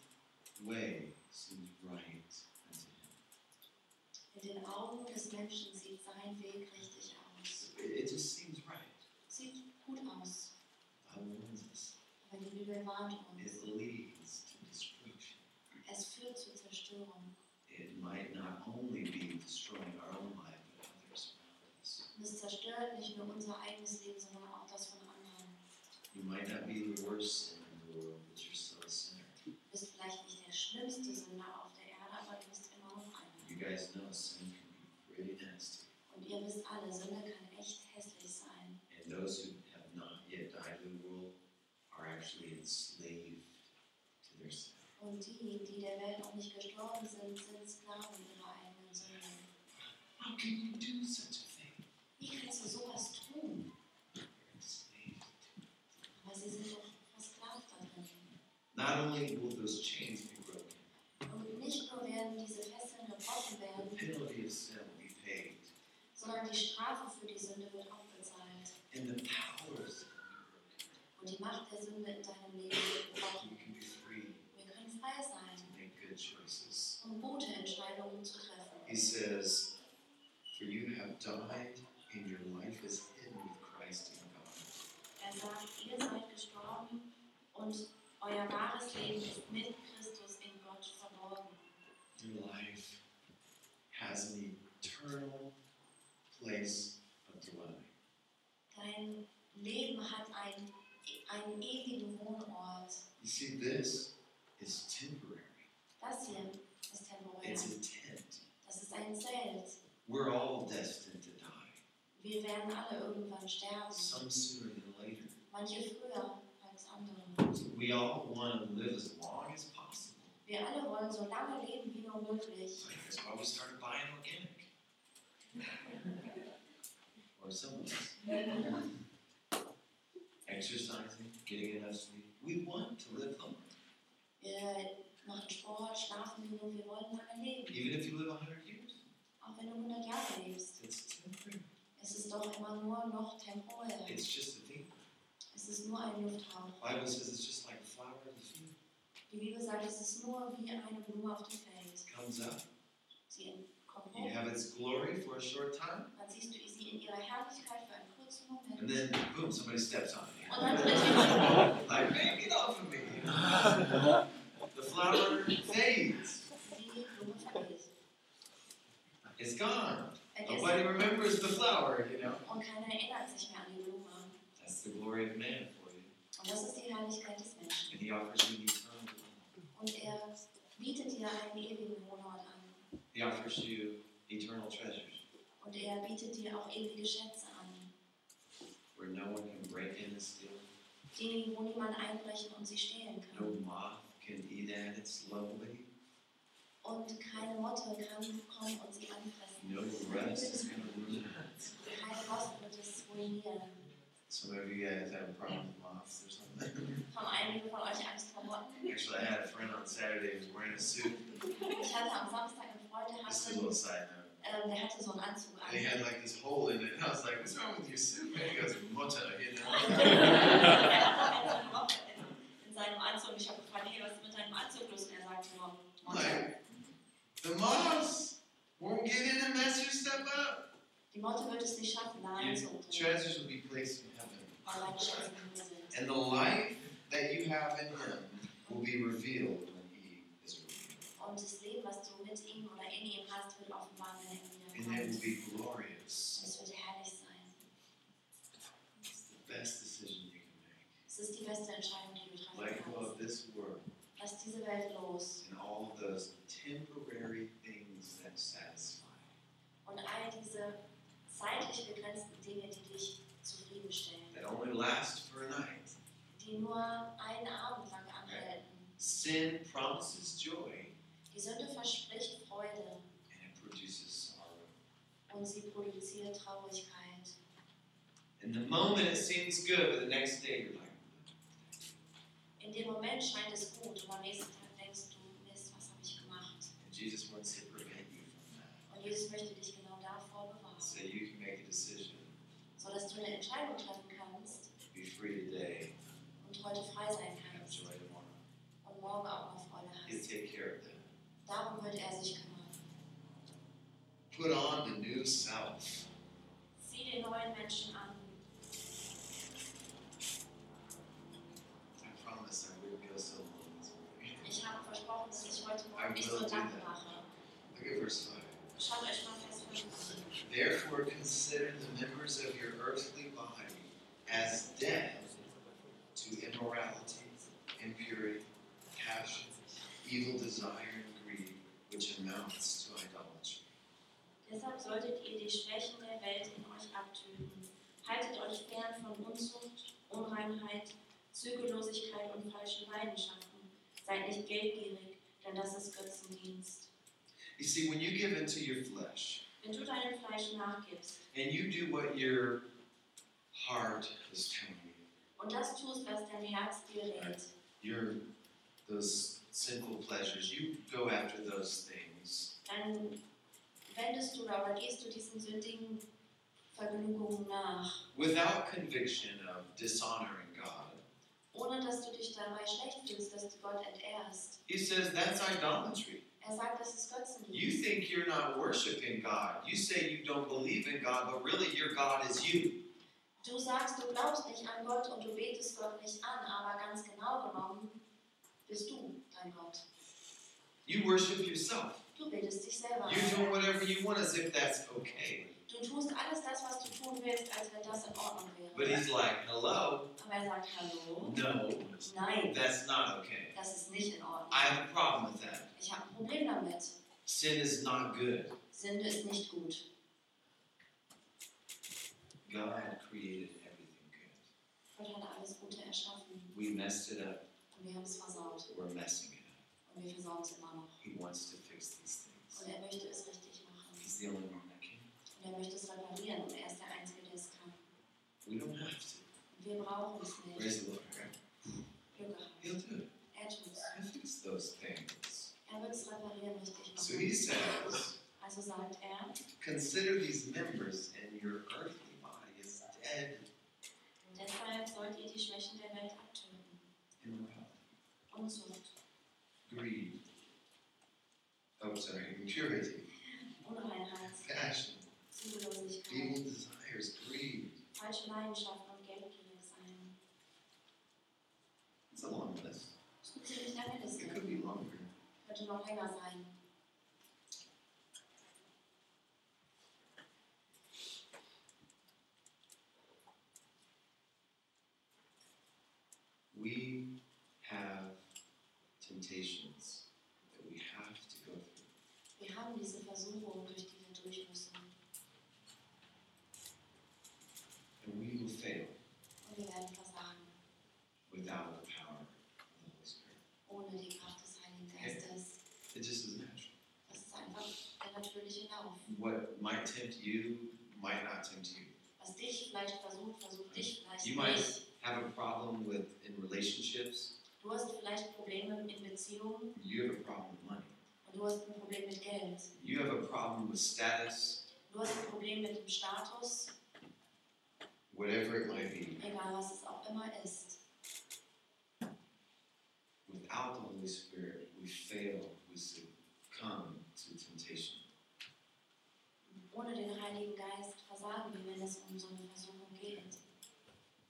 way seems right unto him.
In den Augen des Menschen sieht sein Weg richtig aus.
It, it just seems right.
Sieht gut aus.
I warns us.
Aber die Bibel warnt
It
uns.
leads to destruction.
Es führt zur Zerstörung.
It might not only be destroying our own life, but others around us.
Und es zerstört nicht nur unser eigenes Leben, sondern auch das von anderen.
You might not be the worst sinner in the world, but you're still a sinner.
Du bist vielleicht nicht der schlimmste Sünder auf der Erde, aber du bist immer noch einer.
You guys know sin can be pretty nasty.
Und ihr wisst alle, Sünde kann echt hässlich sein.
And those who have not yet died to the world are actually enslaved to their sin.
Und die, die der Welt noch nicht gestorben sind, sind Sklaven ihrer eigenen Sünde.
How can you do such a thing? Oh,
Wie kannst du sowas tun?
You're enslaved.
Aber sie sind doch versklavt da drin.
Not only will those chains be broken,
Und nicht nur werden diese Fesseln gebrochen
the
werden,
penalty of sin will be paid.
sondern die Strafe für die Sünde wird auch bezahlt.
And the powers
Und die Macht der Sünde in deinem Leben
that
wird gebrochen.
you can be free
Wir können frei
to
sein,
make good choices.
um gute Entscheidungen zu treffen.
He says, For you have died, and your life is hidden with Christ in God.
Er sagt, ihr seid gestorben und euer wahres Leben ist mit Christus in Gott verborgen.
Your life has an eternal place of dwelling.
Dein Leben hat einen, einen ewigen Wohnort.
You see, this is temporary,
Das hier ist temporär.
it's a tent.
Das ist ein Zelt.
We're all destined to die,
Wir werden alle irgendwann sterben.
some sooner than later.
Manche früher als andere.
We all want to live as long as possible.
Wir alle wollen so lange leben wie nur möglich.
That's why we started buying organic. or someone else. Exercising, getting enough sleep. We want to live longer.
Wir machen Sport, schlafen genug, wir wollen lange leben.
Even if you live 100 years,
Auch wenn du 100 Jahre lebst.
it's temporary.
Es ist doch immer nur noch temporär.
It's just a vapor.
Es ist nur ein Lufthauch.
The Bible says it's just like a flower in the field.
Die Bibel sagt, es ist nur wie eine Blume auf dem Feld.
It comes up,
Sie kommt
You have its glory for a short time,
Dann siehst du sie in ihrer Herrlichkeit für einen kurzen
and
Moment.
then boom, somebody steps on
Und dann
me.
tritt jemand.
Like, man, get off of me. The flower fades.
Die Blume vergeht.
It's gone. Nobody
Vergessen.
remembers the flower, you know.
Und keiner erinnert sich mehr an die Blume. Und
That's the glory of man for you.
das ist die Herrlichkeit des Menschen.
And he offers you eternal life.
Und er bietet dir einen ewigen Wohnort an.
He offers you eternal treasures
Und er bietet dir auch ewige Schätze an,
where no one can break in and steal.
die, wo niemand einbrechen und sie stehlen
No
kann.
moth can eat at its lovely.
Und keine Motte kann kommen und sie anfressen.
No rust is going to ruin it.
Keine Rost wird es ruinieren.
Some of you guys have a problem with moths or something.
Haben einige von euch Angst vor Motten?
Actually, I had a friend on Saturday who was wearing a suit.
Ich hatte am Samstag einen Freund, der
Just a
hatte,
little side note.
ähm, der hatte so einen Anzug
And he
an.
had like this hole in it, and I was like, "What's wrong with your suit?" man?" he goes, "Mutter," you know.
er hatte eine Motte in, in seinem Anzug. Ich habe gefragt, hey, was ist mit deinem Anzug los? Und er sagte nur,
I'm
Motte.
like, the moths won't get in unless you step up.
Die Motte wird es nicht schaffen, da
Your
reinzudringen.
treasures will be placed in heaven,
Weil meine Schätze im Himmel sind.
and the life that you have in Him will be revealed when He is revealed,
Und das Leben, was du mit ihm oder in ihm hast, wird offenbar, wenn er in
and it
dir
will
kommt.
be glorious.
Es wird herrlich sein.
It's the best decision you can
Es ist die beste Entscheidung, die du
make.
treffen
Let go of
kannst.
this world
Lass diese Welt los
and all of those temporary things that satisfy.
und all diese zeitlich begrenzten Dinge, die dich zufriedenstellen,
That only last for a night.
die nur einen Abend lang anhalten.
Sin promises joy.
Die Sünde verspricht Freude
and it produces sorrow.
und sie produziert Traurigkeit.
And the moment it seems good, but the next day you're like,
In dem Moment scheint es gut und am nächsten Tag denkst du, Mist, was habe ich gemacht?
and Jesus wants to prevent you from that.
Und Jesus möchte dich genau davor bewahren,
So you can make a decision,
sodass du eine Entscheidung treffen kannst,
be free today,
und heute frei sein
have
kannst
joy tomorrow.
und morgen auch noch Freude
He'll
hast.
take care of that.
Darum wird er sich kümmern.
Put on the new self.
Sieh den neuen Menschen an.
I promise I wouldn't go so long this morning.
Ich habe versprochen, dass ich heute
I
Morgen nicht
will
so
do
lang
that.
mache.
Look at verse 5.
Schaut euch mal fest an.
Therefore consider the members of your earthly body as dead to immorality, impurity, passion, evil desire, and greed, which amounts to idolatry.
Deshalb solltet ihr die Schwächen der Welt in euch abtöten. Haltet euch fern von Unzucht, Unreinheit, Zügellosigkeit und falschen Leidenschaften. Seid nicht geldgierig, denn das ist Götzendienst.
You see, when you give into your flesh
Wenn du deinem Fleisch nachgibst
and you do what your heart is telling you,
und das tust, was dein Herz dir rät,
your those sinful pleasures, you go after those things.
dann wendest du oder gehst du diesen sündigen Vergnügungen nach,
Without conviction of dishonoring God,
ohne dass du dich dabei schlecht fühlst, dass du Gott entehrst.
he says that's idolatry.
Er sagt, das ist
You
Götzendienst.
think you're not worshiping God. You say you don't believe in God, but really your God is you.
Du sagst, du glaubst nicht an Gott und du betest Gott nicht an, aber ganz genau genommen bist du dein Gott.
You worship yourself.
Du betest dich selber
You're
an.
doing whatever you want as if that's okay.
Du tust alles das, was du tun willst, als wenn das in Ordnung
But
wäre.
he's like, hello,
Aber er sagt, hallo?
no,
Nein,
that's not okay.
das ist nicht in Ordnung.
I have a problem with that.
Ich habe ein Problem damit.
Sin is not good.
Sünde ist nicht gut.
God created everything good.
Gott hat alles Gute erschaffen.
We messed it up.
Und wir haben es versaut.
We're messing it up.
Und wir versauen es immer noch.
He wants to fix these things.
Und er möchte es richtig machen.
He's the only one that can.
Und er möchte es reparieren. Und er ist der Einzige, der es kann.
We don't have to.
Und wir brauchen es nicht.
Praise the Lord. right?
Glück gehabt.
He'll do it.
Er tut es.
He'll fix those things.
Er wird es reparieren, richtig
So he
machen.
says.
Also sagt er,
Consider these members and your earthly body is dead
deshalb sollt ihr die Schwächen der Welt abtöten.
in health.
Unzucht,
Greed. Oh, sorry, impurity,
Leidenschaft und Geldgier sein.
It's a long list.
Das ist eine ziemlich lange
It
Liste.
could be longer.
Könnte noch länger sein.
We have temptations that we have to go through.
Wir haben diese Versuchung, durch die wir durch müssen.
And we will fail
Und wir werden versagen,
without the power of the Holy Spirit.
ohne die Kraft des Heiligen Geistes.
It just is natural.
Das ist einfach der natürliche Lauf.
What might tempt you might not tempt you.
Was dich vielleicht versucht, versucht dich vielleicht
You might-
nicht.
Have a problem with in relationships,
Du hast vielleicht Probleme in Beziehungen
you have a problem with money.
und du hast ein Problem mit Geld.
You have a problem with status,
Du hast ein Problem mit dem Status,
whatever it might be.
egal was es auch immer ist.
Without the Holy Spirit, we fail, we succumb to temptation.
Ohne den Heiligen Geist versagen wir, wenn es um so eine Versuchung geht.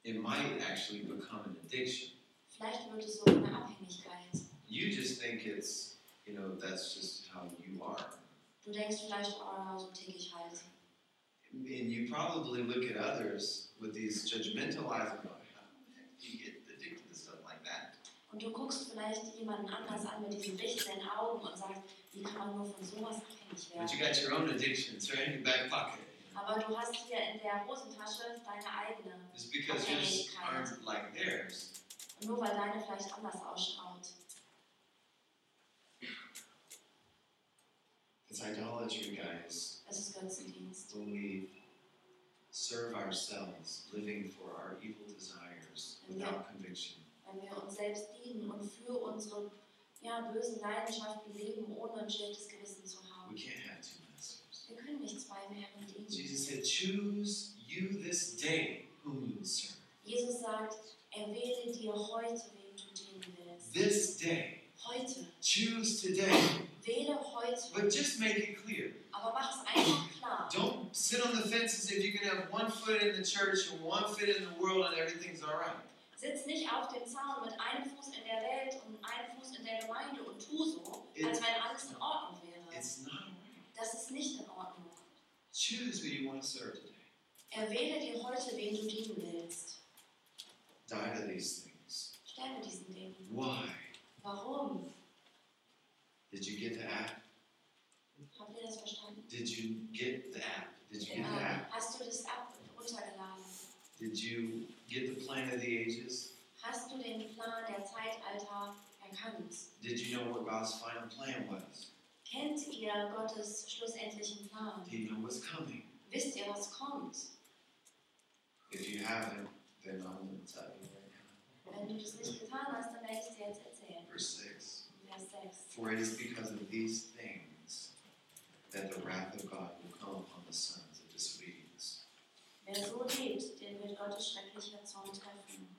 It might actually become an addiction.
Vielleicht wird es so eine Abhängigkeit.
You just think it's, you know, that's just how you are.
Du denkst vielleicht, oh, so tick ich halt.
And you probably look at others with these judgmental eyes and go, how the heck do you get addicted to stuff like that?
Und du guckst vielleicht jemanden anders an mit diesen richtenden Augen und sagst, wie kann man nur von sowas abhängig
But you
werden?
got your own addictions right in your back pocket.
Aber du hast hier in der Hosentasche deine eigene.
It's because yours aren't like theirs.
Und nur weil deine vielleicht anders ausschaut.
It's idolatry, guys.
Es ist Götzendienst.
When we serve ourselves, living for our evil desires without conviction,
Wenn wir uns selbst dienen und für unsere ja, bösen Leidenschaften leben, ohne ein schlechtes Gewissen zu
we
haben.
can't have two masters.
Wir können nicht zwei Herren dienen.
Jesus said, Choose you this day whom you will serve.
Jesus sagt, erwähle dir heute, wem du dienen willst.
This day.
Heute.
Choose today.
Wähle heute.
But just make it clear.
Aber mach es einfach klar.
Don't sit on the fence as if you can have one foot in the church and one foot in the world and everything's all right.
Sitz nicht auf dem Zaun mit einem Fuß in der Welt und einem Fuß in der Gemeinde und tu so, als wenn alles in Ordnung wäre.
It's not all right.
Das ist nicht in Ordnung.
Choose who you want to serve today.
Erwähle dir heute, wem du dienen willst.
Die to these things.
Sterbe diesen Dingen.
Why
Warum?
did you get the app?
Habt ihr das verstanden?
Did you get the app? Did you get the app?
Ja. Ähm, Hast du das ab runtergeladen?
Did you get the plan of the ages?
Hast du den Plan der Zeitalter erkannt?
Did you know what God's final plan was?
Kennt ihr Gottes schlussendlichen Plan?
Do you know what's coming?
Wisst ihr, was kommt?
If you haven't, then I'm going to tell you right
Wenn du das nicht getan hast, dann werde ich es dir jetzt erzählen.
now. Verse 6.
Vers 6.
For it is because of these things that the wrath of God will come upon the sons of disobedience.
Wer so lebt, den wird Gottes schrecklicher Zorn treffen.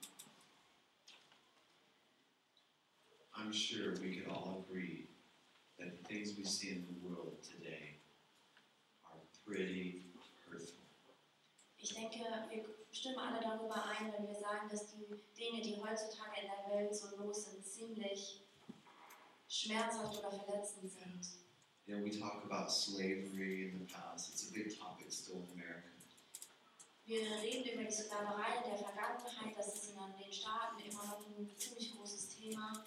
I'm sure we could all agree that the things we see in the world today are pretty hurtful.
Ich denke, wir stimmen alle darüber ein, wenn wir sagen, dass die Dinge, die heutzutage in der Welt so los sind, ziemlich schmerzhaft oder verletzend sind.
You know, we talk about slavery in the past, it's a big topic still in America.
Wir reden über die Sklaverei in der Vergangenheit, das ist in den Staaten immer noch ein ziemlich großes Thema,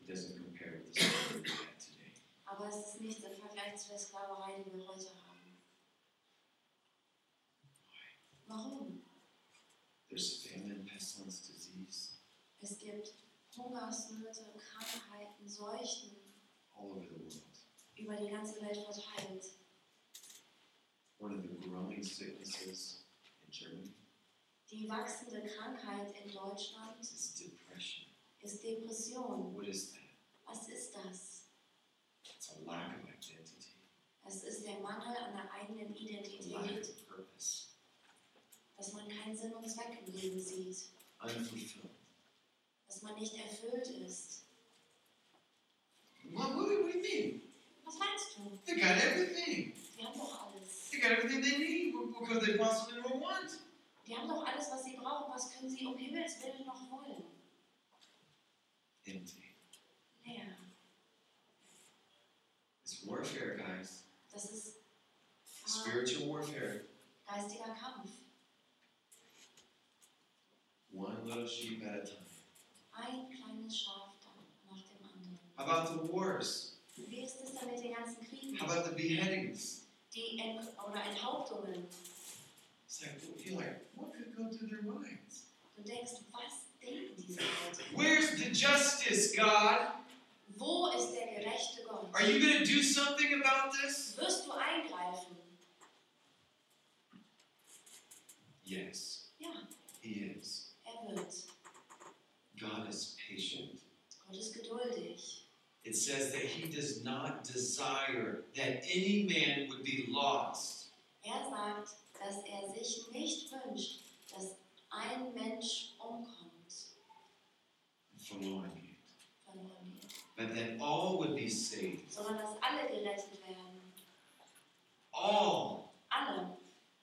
It doesn't compare with the slavery we have today.
aber es ist nichts im Vergleich zu der Sklaverei, die wir heute haben. Warum?
There's famine, pestilence, disease
Es gibt Hungersnöte, Krankheiten, Seuchen
all over the world.
über die ganze Welt verteilt.
One of the growing sicknesses in Germany
Die wachsende Krankheit in Deutschland
is depression.
ist Depression.
What is that?
Was ist das?
It's a lack of identity,
Es ist der Mangel an der eigenen
a lack
Identität,
of purpose,
dass man keinen Sinn und Zweck im Leben sieht.
unfulfilled.
dass man nicht erfüllt ist.
What, what, do- what do you mean?
Was meinst du?
They got everything.
Wir haben doch alles.
They got everything they need. What, what could they possibly more want?
Die haben doch alles, was sie brauchen. Was können sie um Himmels Willen noch wollen?
Empty.
Leer.
It's warfare, guys.
Das ist ah,
Spiritual warfare.
geistiger Kampf.
One little sheep at a time.
Ein kleines Schaf dann nach dem anderen.
How about the wars?
Wie ist es dann mit den ganzen Kriegen?
How about the beheadings?
Die Ent oder Enthauptungen.
It's like, you're like, what could go through their minds?
Du denkst, was denken diese Leute?
Where's the justice, God?
Wo ist der gerechte Gott?
Are you going to do something about this?
Wirst du eingreifen?
Yes,
Ja,
He is.
er wird.
God is patient.
Gott ist geduldig.
It says that He does not desire that any man would be lost,
Er sagt, dass er sich nicht wünscht, dass ein Mensch umkommt,
verloren yet,
verloren geht,
but that all would be saved.
sondern dass alle gerettet werden.
All.
Alle.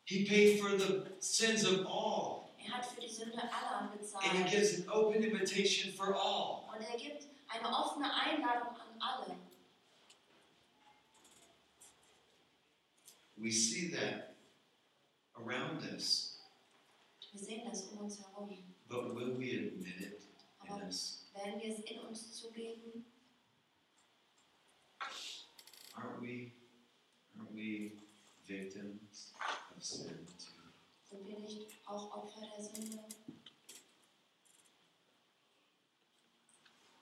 He paid for the sins of all,
Er hat für die Sünde aller
and He
bezahlt.
gives an open invitation for all.
Und er gibt eine offene Einladung an alle.
We see that around us,
Wir sehen das um uns herum.
but will we admit it in
Aber
us?
werden wir es in uns zugeben?
Aren't we, aren't we victims of sin too?
Sind wir nicht auch Opfer der Sünde?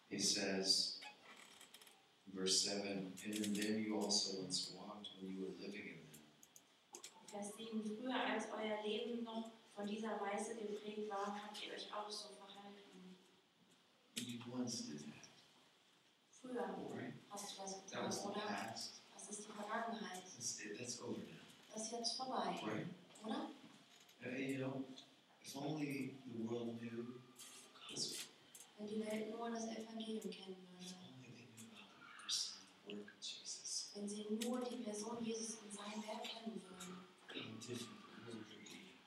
He says, verse 7, and in them you also once walked when you were living in them.
Vers 7. Früher, als euer Leben noch von dieser Weise geprägt war, habt ihr euch auch so verhalten.
You once did that,
Früher
right?
hast du das
That was
getan,
the
oder?
past.
Das ist die Vergangenheit.
That's, it- that's over now,
Das ist jetzt vorbei,
right?
oder?
And, you know, if only the world knew the gospel,
Wenn die Welt nur das Evangelium kennen
if
würde,
only they knew about the person and work of Jesus,
wenn sie nur die Person Jesus und sein Werk kennen würden,
how different the world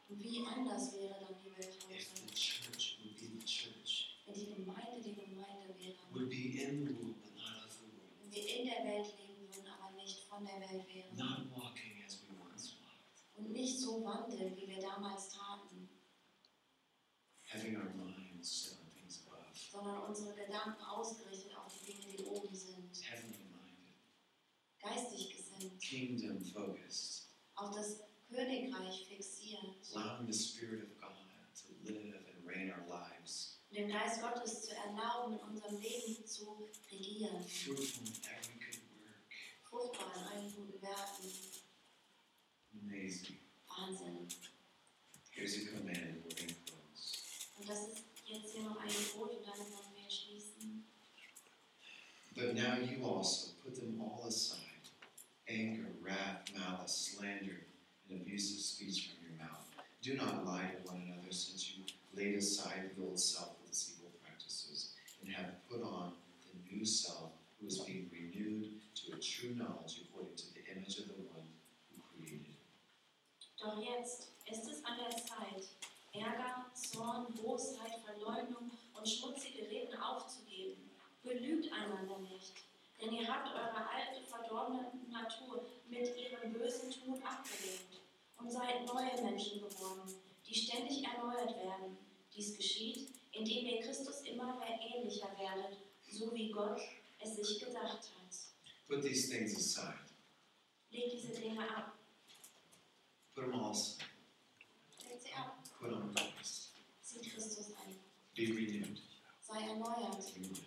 would be
wie anders wäre dann die Welt
if the
heute,
church would be the church,
wenn die Gemeinde die Gemeinde wäre,
would be in the world but not of the world,
wenn wir in der Welt leben würden, aber nicht von der Welt wären
not walking as we once walked,
und nicht so wandeln, wie wir damals taten,
having our minds set on things above.
sondern unsere Gedanken ausgerichtet auf die Dinge, die oben sind,
heavenly minded,
geistig gesinnt,
kingdom focused,
auf das Königreich fixiert,
allowing the Spirit of God to live and reign our lives,
dem Geist Gottes zu erlauben, in unserem Leben zu regieren.
fruitful in every good work.
fruchtbar in allen guten Werken.
Amazing.
Wahnsinn.
Here's a command we're going to close.
Und das ist jetzt hier noch ein Gebot und dann wollen wir schließen.
But now you also put them all aside anger, wrath, malice, slander, and abusive speech from your mouth. Do not lie to one another, since you laid aside the old self with its evil practices, and have put on the new self, who is being renewed to a true knowledge according to the image of the one who created. it.
Doch jetzt ist es an der Zeit, Ärger, Zorn, Bosheit, Verleumdung und schmutzige Reden aufzugeben. Belügt einander nicht, denn ihr habt eure alte, verdorbene Natur mit ihrem bösen Tun abgelehnt und seid neue Menschen geworden, die ständig erneuert werden. Dies geschieht, indem ihr Christus immer mehr ähnlicher werdet, so wie Gott es sich gedacht hat.
Put these things aside.
Legt diese Dinge ab,
Put them all aside.
legt sie ab,
Put on Christ.
zieht Christus an,
Be renewed
sei erneuert.
in your mind.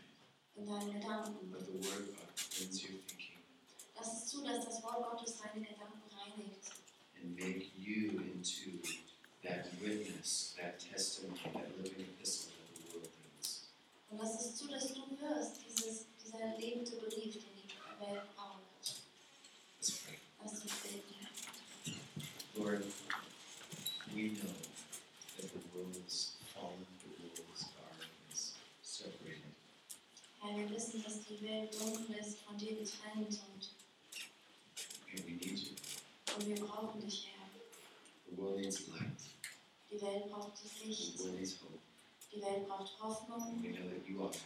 in deinen Gedanken.
Let the word of God cleanse your thinking.
Lass es zu, dass das Wort Gottes deine Gedanken reinigt
and make you into that witness, that testimony, that living epistle that the world needs.
und lass es zu, dass du wirst, dieses, dieser lebende Brief, den die Welt braucht.
Let's pray.
Lass uns beten.
Lord, we know that the world is fallen, the world is dark, and is separated.
Herr, wir wissen, dass die Welt dunkel ist, von dir getrennt und,
And we need you.
und wir brauchen dich, Herr.
The world needs light.
Die Welt braucht das
The
Licht.
world needs hope.
Die Welt braucht Hoffnung.
And we know that you offer.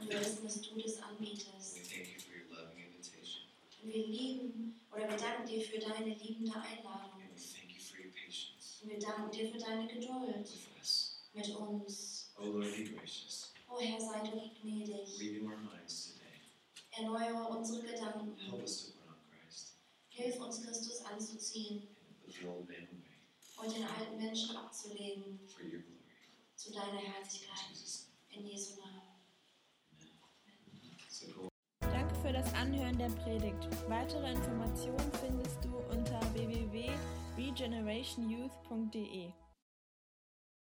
Und wir wissen, dass du das
it. We
anbietest.
thank you for your loving invitation.
Und wir lieben oder wir danken dir für deine liebende Einladung.
And we thank you for your patience
Und wir danken dir für deine Geduld
with us.
mit uns.
Oh Lord, be gracious.
O Herr, sei du gnädig.
Renew our minds today.
Erneuere unsere Gedanken.
Help us to put on Christ
Hilf uns, Christus anzuziehen
and put the old man away
und den alten Menschen abzulegen
for your glory.
zu deiner
In
Herrlichkeit.
Jesus'
In Jesu Namen.
name. So go
Danke für das Anhören der Predigt. Weitere Informationen findest du unter www.regenerationyouth.de.